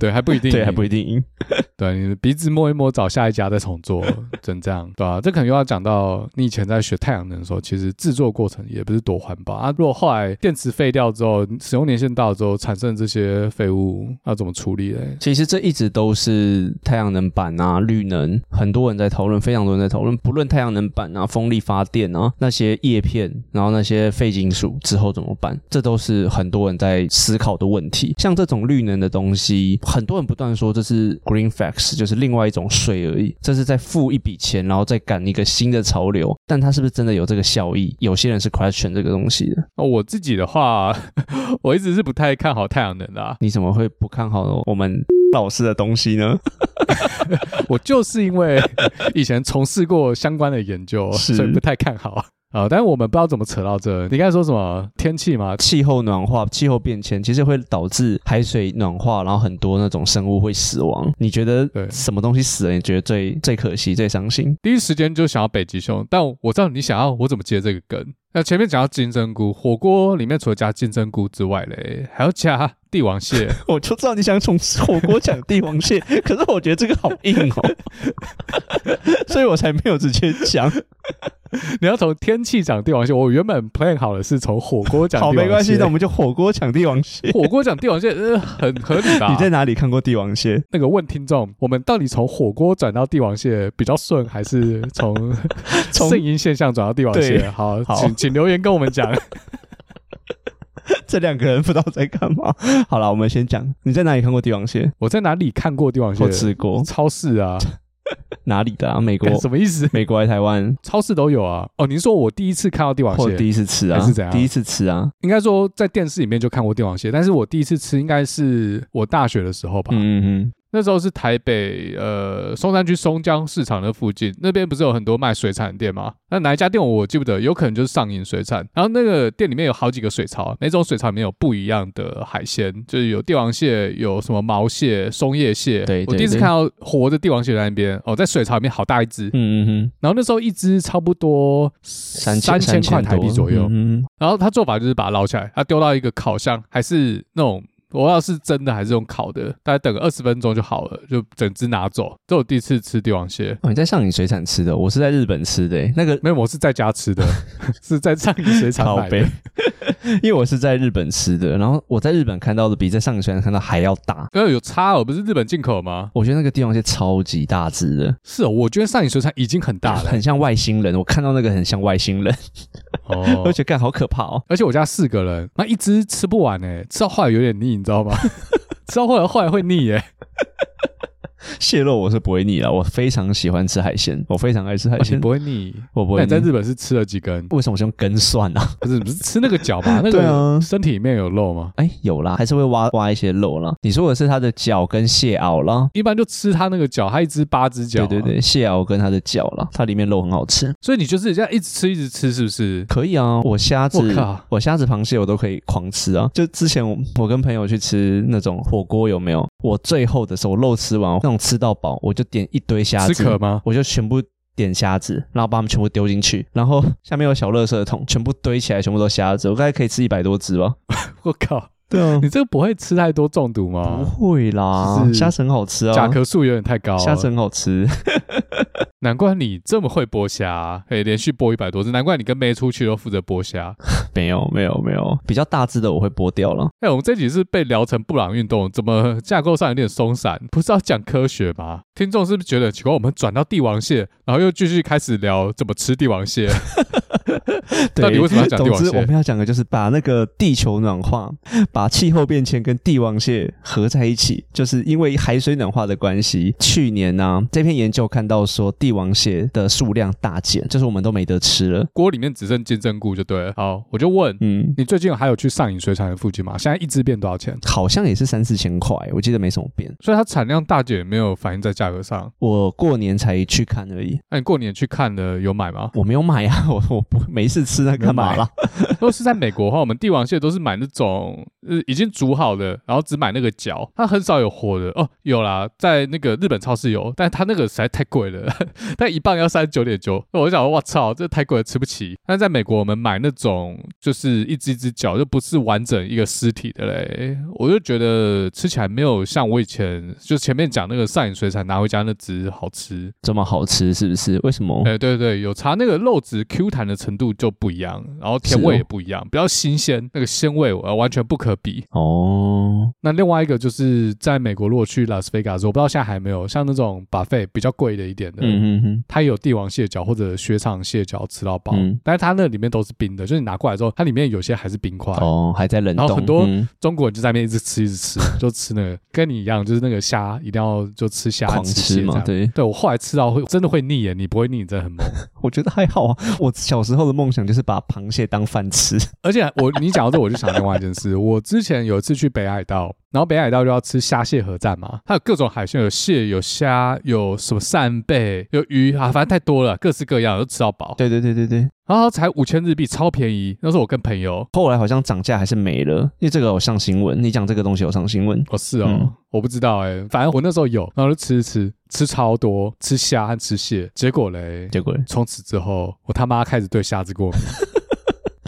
S1: 对，还不一定，
S2: 对，还不一定赢。
S1: 对，你的鼻子摸一摸，找下一家再重做，真这样，对吧、啊这可能又要讲到你以前在学太阳能的时候，其实制作过程也不是多环保啊。如果后来电池废掉之后，使用年限到了之后，产生这些废物要怎么处理嘞？
S2: 其实这一直都是太阳能板啊、绿能，很多人在讨论，非常多人在讨论。不论太阳能板啊、风力发电啊、那些叶片，然后那些废金属之后怎么办，这都是很多人在思考的问题。像这种绿能的东西，很多人不断说这是 green facts，就是另外一种税而已，这是在付一笔钱，然后再赶一个新的潮流。但它是不是真的有这个效益？有些人是 question 这个东西的。
S1: 哦，我自己的话， 我一直是不太看好太阳能的、啊，
S2: 你怎么会不看好我们老师的东西呢？
S1: 我就是因为以前从事过相关的研究，
S2: 是
S1: 所以不太看好啊、但是我们不知道怎么扯到这，你刚才说什么天气嘛？
S2: 气候暖化、气候变迁，其实会导致海水暖化，然后很多那种生物会死亡。你觉得
S1: 对
S2: 什么东西死了？你觉得最最可惜、最伤心？
S1: 第一时间就想要北极熊，但我知道你想要我怎么接这个梗。那前面讲到金针菇，火锅里面除了加金针菇之外嘞，还要加帝王 蟹。
S2: 我就知道你想从火锅讲帝王 蟹，可是我觉得这个好硬哦， 所以我才没有直接讲。
S1: 你要从天气讲帝王蟹，我原本 plan 好的是从火锅讲帝
S2: 好，
S1: 王蟹。
S2: 没关系，那我们就火锅讲帝王蟹。
S1: 火锅讲帝王蟹，呃，很合理吧？
S2: 你在哪里看过帝王蟹？
S1: 那个问听众，我们到底从火锅转到帝王蟹比较顺，还是从
S2: 从
S1: 圣婴现象转到帝王蟹
S2: 对？
S1: 好，
S2: 好
S1: 请请留言跟我们讲。
S2: 这两个人不知道在干嘛。好了，我们先讲，你在哪里看过帝王蟹？
S1: 我在哪里看过帝王蟹
S2: 我？吃过
S1: 超市啊，
S2: 哪里的啊？美国
S1: 干、什么意思？
S2: 美国还是台湾？
S1: 超市都有啊。哦，您说我第一次看到帝王
S2: 或
S1: 蟹，
S2: 第一次吃啊？
S1: 还是怎样
S2: 第一次吃啊？
S1: 应该说在电视里面就看过帝王蟹，但是我第一次吃应该是我大学的时候吧。
S2: 嗯嗯
S1: 那时候是台北呃松山区松江市场的附近，那边不是有很多卖水产的店吗？那哪一家店我记不得，有可能就是上瘾水产。然后那个店里面有好几个水槽，每种水槽里面有不一样的海鲜，就是有帝王蟹，有什么毛蟹、松叶蟹。
S2: 对对
S1: 我第一次
S2: 对
S1: 看到活的帝王蟹在那边，哦，在水槽里面好大一只
S2: 嗯，嗯嗯，
S1: 然后那时候一只差不多
S2: 三
S1: 三千块台币左右。
S2: 嗯，嗯
S1: 然后他做法就是把它捞起来，他啊丢到一个烤箱，还是那种我不知道是真的还是用烤的，大概等个二十分钟就好了，就整只拿走。这是我第一次吃帝王蟹，
S2: 哦，你在上影水产吃的，我是在日本吃的欸，那个
S1: 没有，我是在家吃的，是在上野水产
S2: 靠
S1: 买
S2: 背
S1: 的。，
S2: 因为我是在日本吃的，然后我在日本看到的比在上影水产看到还要大。
S1: 呃，有差哦，不是日本进口吗？
S2: 我觉得那个帝王蟹超级大只的，
S1: 是哦，我觉得上野水产已经很大 了
S2: 很像外星人。我看到那个很像外星人，我
S1: 哦
S2: 就。觉得干好可怕哦。
S1: 而且我家四个人，那一只吃不完哎、吃到后来有点腻，你知道吗？ 吃到后来后来会腻哎、
S2: 蟹肉我是不会腻了，我非常喜欢吃海鲜，我非常爱吃海
S1: 而且
S2: 鲜。
S1: 不会腻。
S2: 我不
S1: 那
S2: 会
S1: 你在
S2: 腻。
S1: 日本是吃了几根？
S2: 为什么是用根蒜啊？
S1: 不是不是吃那个脚吗？那
S2: 对啊
S1: 个身体里面有肉吗？
S2: 哎，有啦，还是会挖挖一些肉啦。你说的是它的脚跟蟹螯啦，
S1: 一般就吃它那个脚，它一只八只脚、啊
S2: 对对，对，蟹螯跟它的脚啦，它里面肉很好吃。
S1: 所以你就是这样一直吃一直吃，是不是？
S2: 可以啊，我虾子
S1: 我靠，
S2: 我虾子、螃蟹我都可以狂吃啊。就之前我我跟朋友去吃那种火锅，有没有？我最后的时候我肉吃完，那种吃到饱，我就点一堆虾
S1: 吃
S2: 子，
S1: 壳吗？
S2: 我就全部点虾子，然后把它们全部丢进去，然后下面有小垃圾桶，全部堆起来，全部都虾子。我大概可以吃一百多只吧。
S1: 我靠，
S2: 对啊，
S1: 你这个不会吃太多中毒吗
S2: 不？会啦
S1: 是，
S2: 虾子很好吃
S1: 甲
S2: 啊，
S1: 壳素有点太高
S2: 虾子
S1: 了，
S2: 很好吃。
S1: 难怪你这么会剥虾，可以连续剥一百多只，难怪你跟妹出去都负责剥虾。
S2: 没有没有没有，比较大只的我会剥掉了。
S1: 哎、我们这集是被聊成布朗运动，怎么架构上有点松散？不是要讲科学吗？听众是不是觉得很奇怪？我们转到帝王蟹，然后又继续开始聊怎么吃帝王蟹？到底为什么要讲帝
S2: 总
S1: 王
S2: 之，我
S1: 蟹
S2: 们？要讲的就是把那个地球暖化、把气候变迁跟帝王蟹合在一起，就是因为海水暖化的关系。去年呢、这篇研究看到说帝王蟹的数量大减，就是我们都没得吃了。
S1: 锅里面只剩金针菇就对了。好，我就问、
S2: 嗯，
S1: 你最近有还有去上影水产的附近吗？现在一只变多少钱？
S2: 好像也是三四千块，我记得没什么变。
S1: 所以它产量大减，没有反映在价格上。
S2: 我过年才去看而已，？
S1: 那、你过年去看了有买吗
S2: 我没有买啊， 我我不没事吃那干嘛啦？
S1: 如果是在美国的话，我们帝王蟹都是买那种呃已经煮好的，然后只买那个脚，它很少有活的哦。有啦，在那个日本超市有，但它那个实在太贵了， 但一磅要三十九点九。我就想说，我操，这太贵了，吃不起。但在美国，我们买那种就是一只一只脚，就不是完整一个尸体的嘞。我就觉得吃起来没有像我以前就前面讲那个上瘾水产拿回家那只好吃。
S2: 这么好吃是不是？为什么？
S1: 哎、对对，有差，那个肉质 Q 弹的程度就不一样，然后甜
S2: 是
S1: 味
S2: 哦
S1: 也不一样，比较新鲜，那个鲜味呃完全不可比。
S2: 哦，
S1: 那另外一个就是在美国，如果去拉斯维加斯，我不知道现在还没有，像那种 buffet 比较贵的一点的，
S2: 嗯嗯嗯，
S1: 它也有帝王蟹脚或者雪场蟹脚吃到饱，
S2: 嗯
S1: 但是它那里面都是冰的，就是你拿过来之后，它里面有些还是冰块。
S2: 哦，还在冷
S1: 然
S2: 冻，
S1: 后很多
S2: 嗯
S1: 中国人就在那边一直吃一直吃， 就吃那个跟你一样，就是那个虾一定要就吃虾
S2: 狂
S1: 吃
S2: 吃嘛，
S1: 对。
S2: 对。
S1: 对我后来吃到会真的会腻耶，你不会腻，你真的很猛。
S2: 我觉得还好啊。我小时候的梦想就是把螃蟹当饭吃。
S1: 而且我你讲到这，我就想另外一件事。 我之前有一次去北海道，然后北海道就要吃虾蟹合战嘛，它有各种海鲜，有蟹，有虾，有什么扇贝，有鱼啊，反正太多了，各式各样都吃到饱。
S2: 对对对对对。
S1: 然后才五千日币，超便宜。那时候我跟朋友，
S2: 后来好像涨价还是没了，因为这个有上新闻。你讲这个东西有上新闻，
S1: 哦是哦，
S2: 嗯
S1: 我不知道哎、反正我那时候有，然后就吃吃吃超多，吃虾和吃蟹，结果嘞，
S2: 结果
S1: 从此之后，我他妈开始对虾子过敏。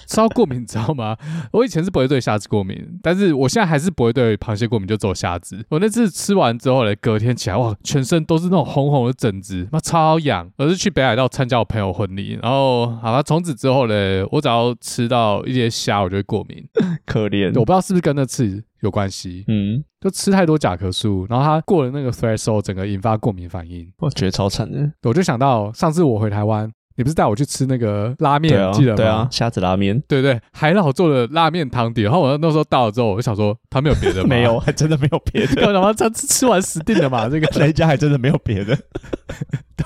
S1: 超过敏，你知道吗？我以前是不会对虾子过敏，但是我现在还是不会对螃蟹过敏，就只有虾子。我那次吃完之后嘞，隔天起来，哇，全身都是那种红红的疹子，妈超痒。我是去北海道参加我朋友婚礼，然后好吧，从此之后嘞，我只要吃到一些虾，我就会过敏。
S2: 可怜
S1: 我不知道是不是跟那次有关系，
S2: 嗯，
S1: 就吃太多甲壳素，然后它过了那个 threshold，整个引发过敏反应。
S2: 我觉得超惨的。
S1: 我就想到上次我回台湾，你不是带我去吃那个拉面，
S2: 对啊，
S1: 记得吗？
S2: 对啊，虾子拉面
S1: 对对，海老做的拉面汤底。然后我那时候到了之后，我就想说他没有别的吗，
S2: 没有，，还真的没有别 的，
S1: 干嘛他吃吃完死定了嘛？这个
S2: 人家还真的没有别的。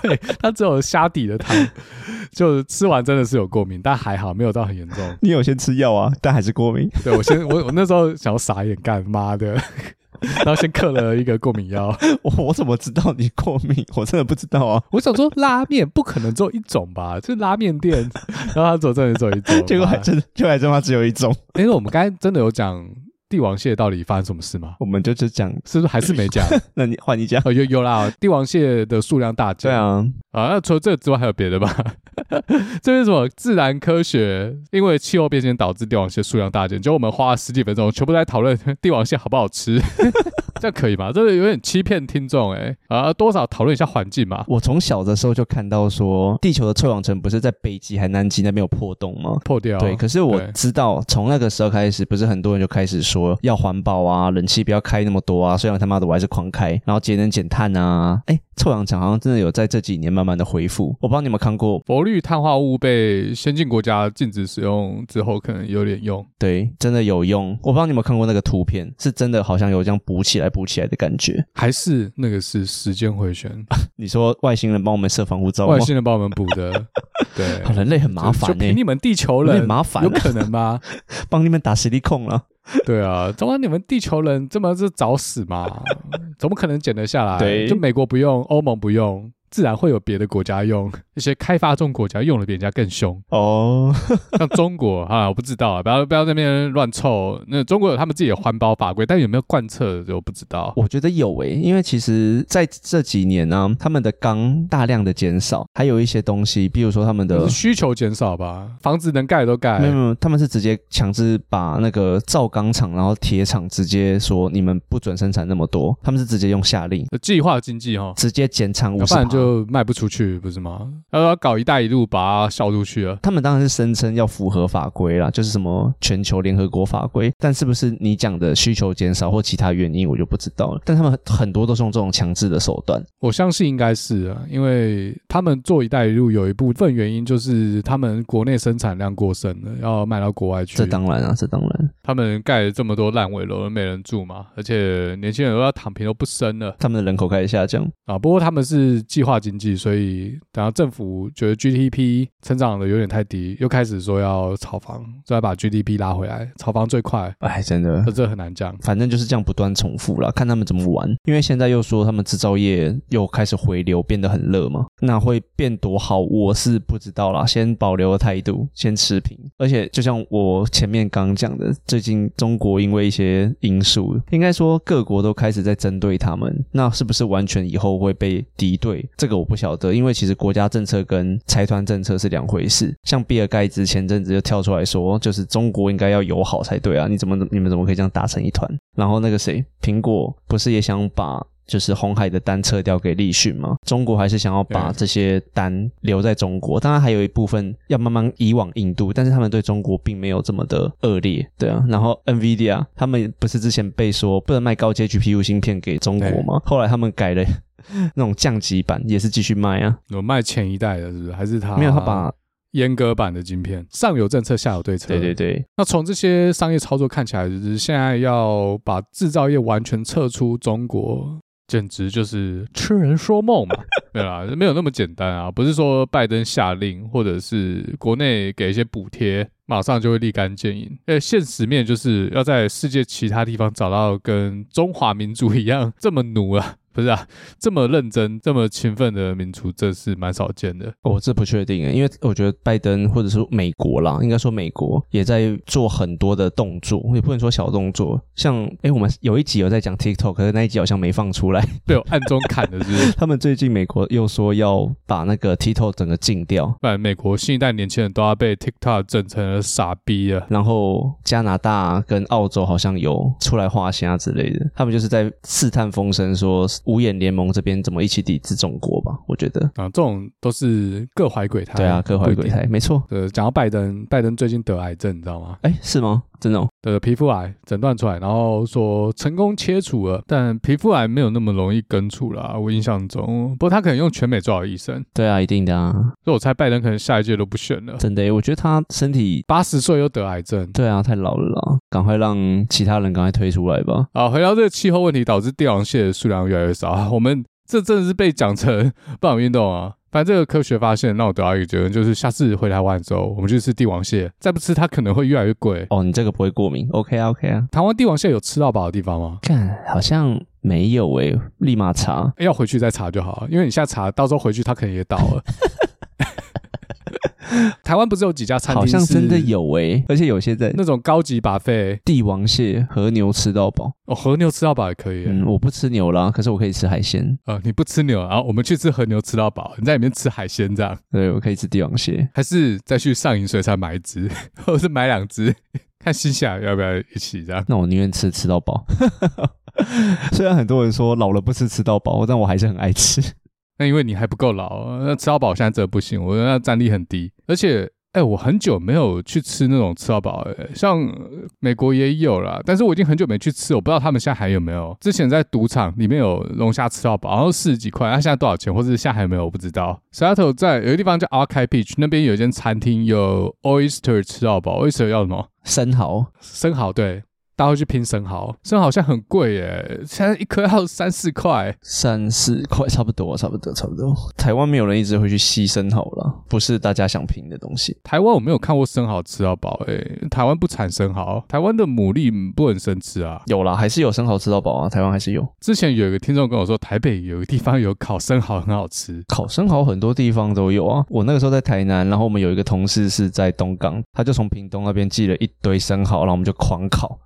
S1: 对，他只有虾底的汤，就吃完真的是有过敏，但还好没有到很严重。
S2: 你有先吃药啊，但还是过敏。
S1: 对我先我我那时候想要傻眼，干妈的，然后先嗑了一个过敏药。
S2: 我我怎么知道你过敏？我真的不知道啊。
S1: 我想说拉面不可能只有一种吧，这拉面店，然后他只有真的只有一种，
S2: 结果还
S1: 妈
S2: 真的，就还真妈只有一种，
S1: 因为我们刚才真的有讲帝王蟹到底发生什么事吗？
S2: 我们就只讲。
S1: 是不是还是没 讲？
S2: 那你换一家。
S1: 哦，有有啦，帝王蟹的数量大减。
S2: 对啊，
S1: 啊，那除了这个之外还有别的吧？ 这是什么自然科学？因为气候变迁导致帝王蟹数量大减，就我们花了十几分钟全部在讨论帝王蟹好不好吃， 这样可以吗？这个有点欺骗听众哎、啊，多少讨论一下环境嘛。
S2: 我从小的时候就看到说，地球的臭氧层不是在北极还南极那边有啊破洞吗？
S1: 破掉
S2: 对，可是我
S1: 对
S2: 知道，从那个时候开始，不是很多人就开始说要环保啊，冷气不要开那么多啊。虽然他妈的我还是狂开，然后节能减碳啊。哎，臭氧层好像真的有在这几年慢慢的恢复。我不知道你有没有看过，
S1: 氟氯碳化物被先进国家禁止使用之后，可能有点用。
S2: 对，真的有用。我不知道你有没有看过那个图片，是真的好像有这样补起来补起来的感觉。
S1: 还是那个是时间回旋，
S2: 你说外星人帮我们设防护罩吗
S1: 外？星人帮我们补 的。对，
S2: 啊人类很麻
S1: 就
S2: 烦呢、
S1: 凭你们地球
S2: 有
S1: 人
S2: 点麻烦啊
S1: 有可能吗？
S2: 帮你们打实力控了。
S1: 对啊，怎么你们地球人这么是找死嘛？怎么可能减得下来？
S2: 对
S1: 就美国不用，欧盟不用，自然会有别的国家用，一些开发中国家用的比人家更凶
S3: 哦，
S1: 像中国啊，我不知道啊，不要不要在那边乱凑。那中国有他们自己的环保法规，但有没有贯彻就不知道。
S2: 我
S1: 我
S2: 觉得有诶、因为其实在这几年呢、他们的钢大量的减少，还有一些东西，比如说他们的
S1: 需求减少吧，房子能盖都盖
S2: 没，有没有，他们是直接强制把那个造钢厂，然后铁厂直接说你们不准生产那么多，他们是直接用下令，
S1: 计划经济哈，
S2: 直接减产
S1: 要
S2: 五十
S1: 不，然就卖不出去，不是吗？要要搞“一带一路”把它销出去啊了。
S2: 他们当然是声称要符合法规啦，就是什么全球联合国法规，但是不是你讲的需求减少或其他原因，我就不知道了。但他们很多都是用这种强制的手段，
S1: 我相信应该是啊，因为他们做“一带一路”有一部分原因就是他们国内生产量过剩了，要卖到国外去
S2: 这。当然啊，这当然，
S1: 他们盖了这么多烂尾楼，没人住嘛，而且年轻人都要躺平，都不生了
S2: 他们的人口开始下降，
S1: 啊。不过他们是计划经济，所以等到政府觉得 GDP 成长的有点太低，又开始说要炒房，所以要把 GDP 拉回来，炒房最快，
S2: 哎，真的
S1: 这。这很难讲。
S2: 反正就是这样不断重复啦，看他们怎么玩。因为现在又说他们制造业又开始回流，变得很热嘛，那会变多好，我是不知道啦。先保留态度，先持平。而且就像我前面刚讲的，最近中国因为一些因素，应该说各国都开始在针对他们，那是不是完全以后会被敌对？这个我不晓得，因为其实国家政策跟财团政策是两回事。像比尔盖茨前阵子就跳出来说，就是中国应该要友好才对啊，你怎么你们怎么可以这样打成一团？然后那个谁，苹果不是也想把就是红海的单撤掉给立讯吗？中国还是想要把
S1: 对
S2: 这些单留在中国，当然还有一部分要慢慢移往印度，但是他们对中国并没有这么的恶劣，对啊。然后 NVIDIA 他们不是之前被说不能卖高阶 GPU 芯片给中国吗？后来他们改了 那种降级版，也是继续卖啊。
S1: 有卖前一代的，是不是？还是他
S2: 没有，他把
S1: 阉割版的晶片，上有政策，下有对策。
S2: 对对对，
S1: 那从这些商业操作看起来，就是现在要把制造业完全撤出中国，简直就是痴人说梦嘛。 对啦，没有那么简单啊，不是说拜登下令或者是国内给一些补贴，马上就会立竿见影。呃，现实面就是要在世界其他地方找到跟中华民族一样这么努啊。 不是啊，这么认真、这么勤奋的民族，这是蛮少见的。
S2: 我、哦这不确定诶，欸因为我觉得拜登或者是美国啦，应该说美国也在做很多的动作，也不能说小动作。像诶，我们有一集有在讲 TikTok，可是那一集好像没放出来。
S1: 被我暗中砍的是不是，
S2: 他们最近美国又说要把那个 TikTok 整个禁掉，
S1: 不然美国新一代年轻人都要被 TikTok 整成了傻逼了。
S2: 然后加拿大跟澳洲好像有出来画虾之类的，他们就是在试探风声，说五眼联盟这边怎么一起抵制中国吧？我觉得，
S1: 啊，这种都是各怀鬼胎。
S2: 对啊，各怀鬼
S1: 不一
S2: 胎，
S1: 定。
S2: 没错。
S1: 呃，讲到拜登，拜登最近得癌症，你知道吗？
S2: 哎，是吗？真的、哦？
S1: 得皮肤癌诊断出来，然后说成功切除了，但皮肤癌没有那么容易根除啦。我印象中，不过他可能用全美最好的医生，
S2: 对啊，一定的 啊，
S1: 所以我猜拜登可能下一届都不选了。
S2: 真的耶。我觉得他身体，
S1: 八十岁又得癌症。
S2: 对啊，太老了啦，赶快让其他人赶快推出来吧。
S1: 啊，回到这个气候问题，导致帝王蟹的数量越来越少。啊我们这真的是被讲成 不好运动啊！反正这个科学发现让我得到一个结论，就是下次回台湾的时候，我们去吃帝王蟹，再不吃它可能会越来越贵。
S2: 哦，你这个不会过敏？OK 啊，OK 啊。
S1: 台湾帝王蟹有吃到饱的地方吗？
S2: 看，好像没有诶，立马查。
S1: 要回去再查就好了，因为你现在查，到时候回去它可能也倒了。 台湾不是有几家餐厅
S2: 好像
S1: 是
S2: 真的有诶、而且有些在
S1: 那种高级把费
S2: 帝王蟹、和牛吃到饱。
S1: 哦，和牛吃到饱也可以耶。
S2: 嗯，我不吃牛啦，可是我可以吃海鲜，
S1: 呃，你不吃牛，然后我们去吃和牛吃到饱，你在里面吃海鲜这样。
S2: 对我可以吃帝王蟹。
S1: 还是再去上饮水才买一只， 或者是买两只， 看心想要不要一起这样。
S2: 那我宁愿吃吃到饱。 虽然很多人说老了不吃吃到饱，但我还是很爱吃。
S1: 那因为你还不够老，那吃到饱现在真的不行，我那战力很低，而且。哎、我很久没有去吃那种吃到饱、哎，像呃美国也有啦，但是我已经很久没去吃，我不知道他们现在还有没有。之前在赌场里面有龙虾吃到饱，然后四十几块，那、现在多少钱，或者是现在还有没有，我不知道。Seattle 在有一个地方叫 Archive Beach，那边有一间餐厅有 oyster 吃到饱，oyster 要什么？
S2: 生蚝
S1: 生蚝对，大家会去拼生蚝，生蚝好像很贵耶，现在一颗要三四块。
S2: 三四块差不多，差不多，差不多。台湾没有人一直会去牺牲好了，不是大家想拼的东西。
S1: 台湾我没有看过生蚝吃到饱，诶，台湾不产生蚝，台湾的牡蛎不能生吃啊。
S2: 有啦，还是有生蚝吃到饱啊，台湾还是有。
S1: 之前有一个听众跟我说，台北有个地方有烤生蚝很好吃，
S2: 烤生蚝很多地方都有啊。我那个时候在台南，然后我们有一个同事是在东港，他就从屏东那边寄了一堆生蚝，然后我们就狂烤。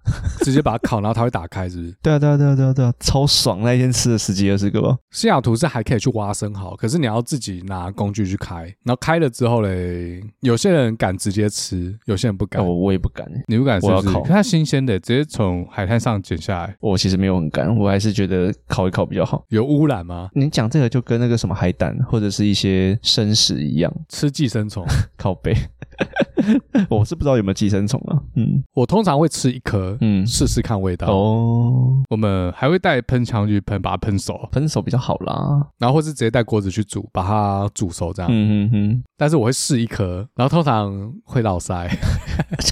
S1: 直接把它烤，然后它会打开，是不是？
S2: 对啊，对啊，对啊，对啊，对啊，超爽！那一天吃了十几二十个吧。
S1: 西雅图是还可以去挖生蚝，可是你要自己拿工具去开，然后开了之后嘞，有些人敢直接吃，有些人不敢。
S2: 哦，我也不敢欸，
S1: 你不敢是不是？
S2: 我要烤
S1: 可它新鲜的，直接从海滩上捡下来，
S2: 我其实没有很敢，我还是觉得烤一烤比较好。
S1: 有污染吗？
S2: 你讲这个就跟那个什么海胆或者是一些生食一样，
S1: 吃寄生虫，
S2: 靠背。 我是不知道有没有寄生虫啊。嗯
S1: 我通常会吃一颗，
S2: 嗯，
S1: 试试看味道。
S2: 哦，
S1: 我们还会带喷枪去喷，把它喷熟，
S2: 分手比较好啦。
S1: 然后或是直接带锅子去煮，把它煮熟这样。
S2: 嗯嗯嗯，
S1: 但是我会试一颗，然后通常会老塞，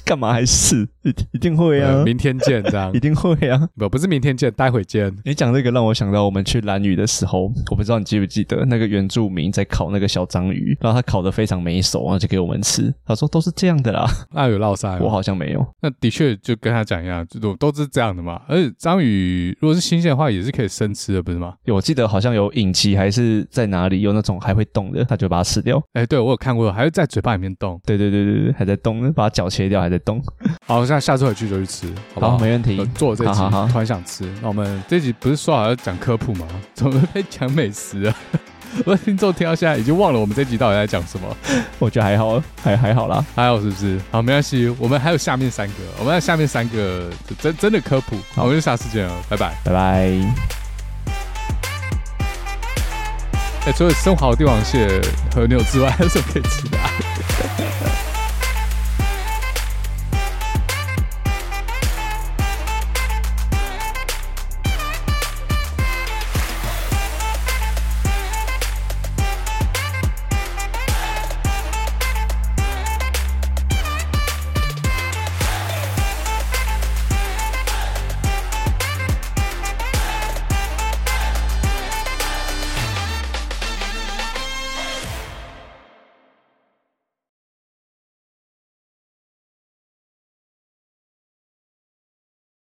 S2: 干嘛还是一一定会啊
S1: 呃， 明天见这 样
S2: 一。定会啊。
S1: 不，不是明天见，待会见。
S2: 你讲这个让我想到我们去蓝屿的时候，我不知道你记不记得那个原住民在烤那个小章鱼，然后他烤的非常没熟，然后就给我们吃。他说都是这样的啦，
S1: 那有落塞吗
S2: 我好像没有。
S1: 那的确就跟他讲一样，就都都是这样的嘛。而且章鱼如果是新鲜的话，也是可以生吃的，不是吗？
S2: 我记得好像有影集还是在哪里有那种还会动的，他就把它吃掉。
S1: 哎，对我有看过，还是在嘴巴里面动。
S2: 对对对对对，还在动呢，把它脚切掉还在动。
S1: 好，下下次回去就去吃，好不好？
S2: 没问题
S1: 呃。做这集
S2: 好好好
S1: 突然想吃，那我们这集不是说好要讲科普吗？ 怎么被讲美食啊？我听众听到现在已经忘了我们这集到底在讲什么，
S2: 我觉得还好，还还好啦。
S1: 还有是不是？好，没关系，我们还有下面三个，我们还有下面三个就真真的科普，好，我们就下次见了，拜拜。
S2: 拜拜。
S1: 哎、除了生蚝、帝王蟹、和牛之外，还有什么可以吃的、啊？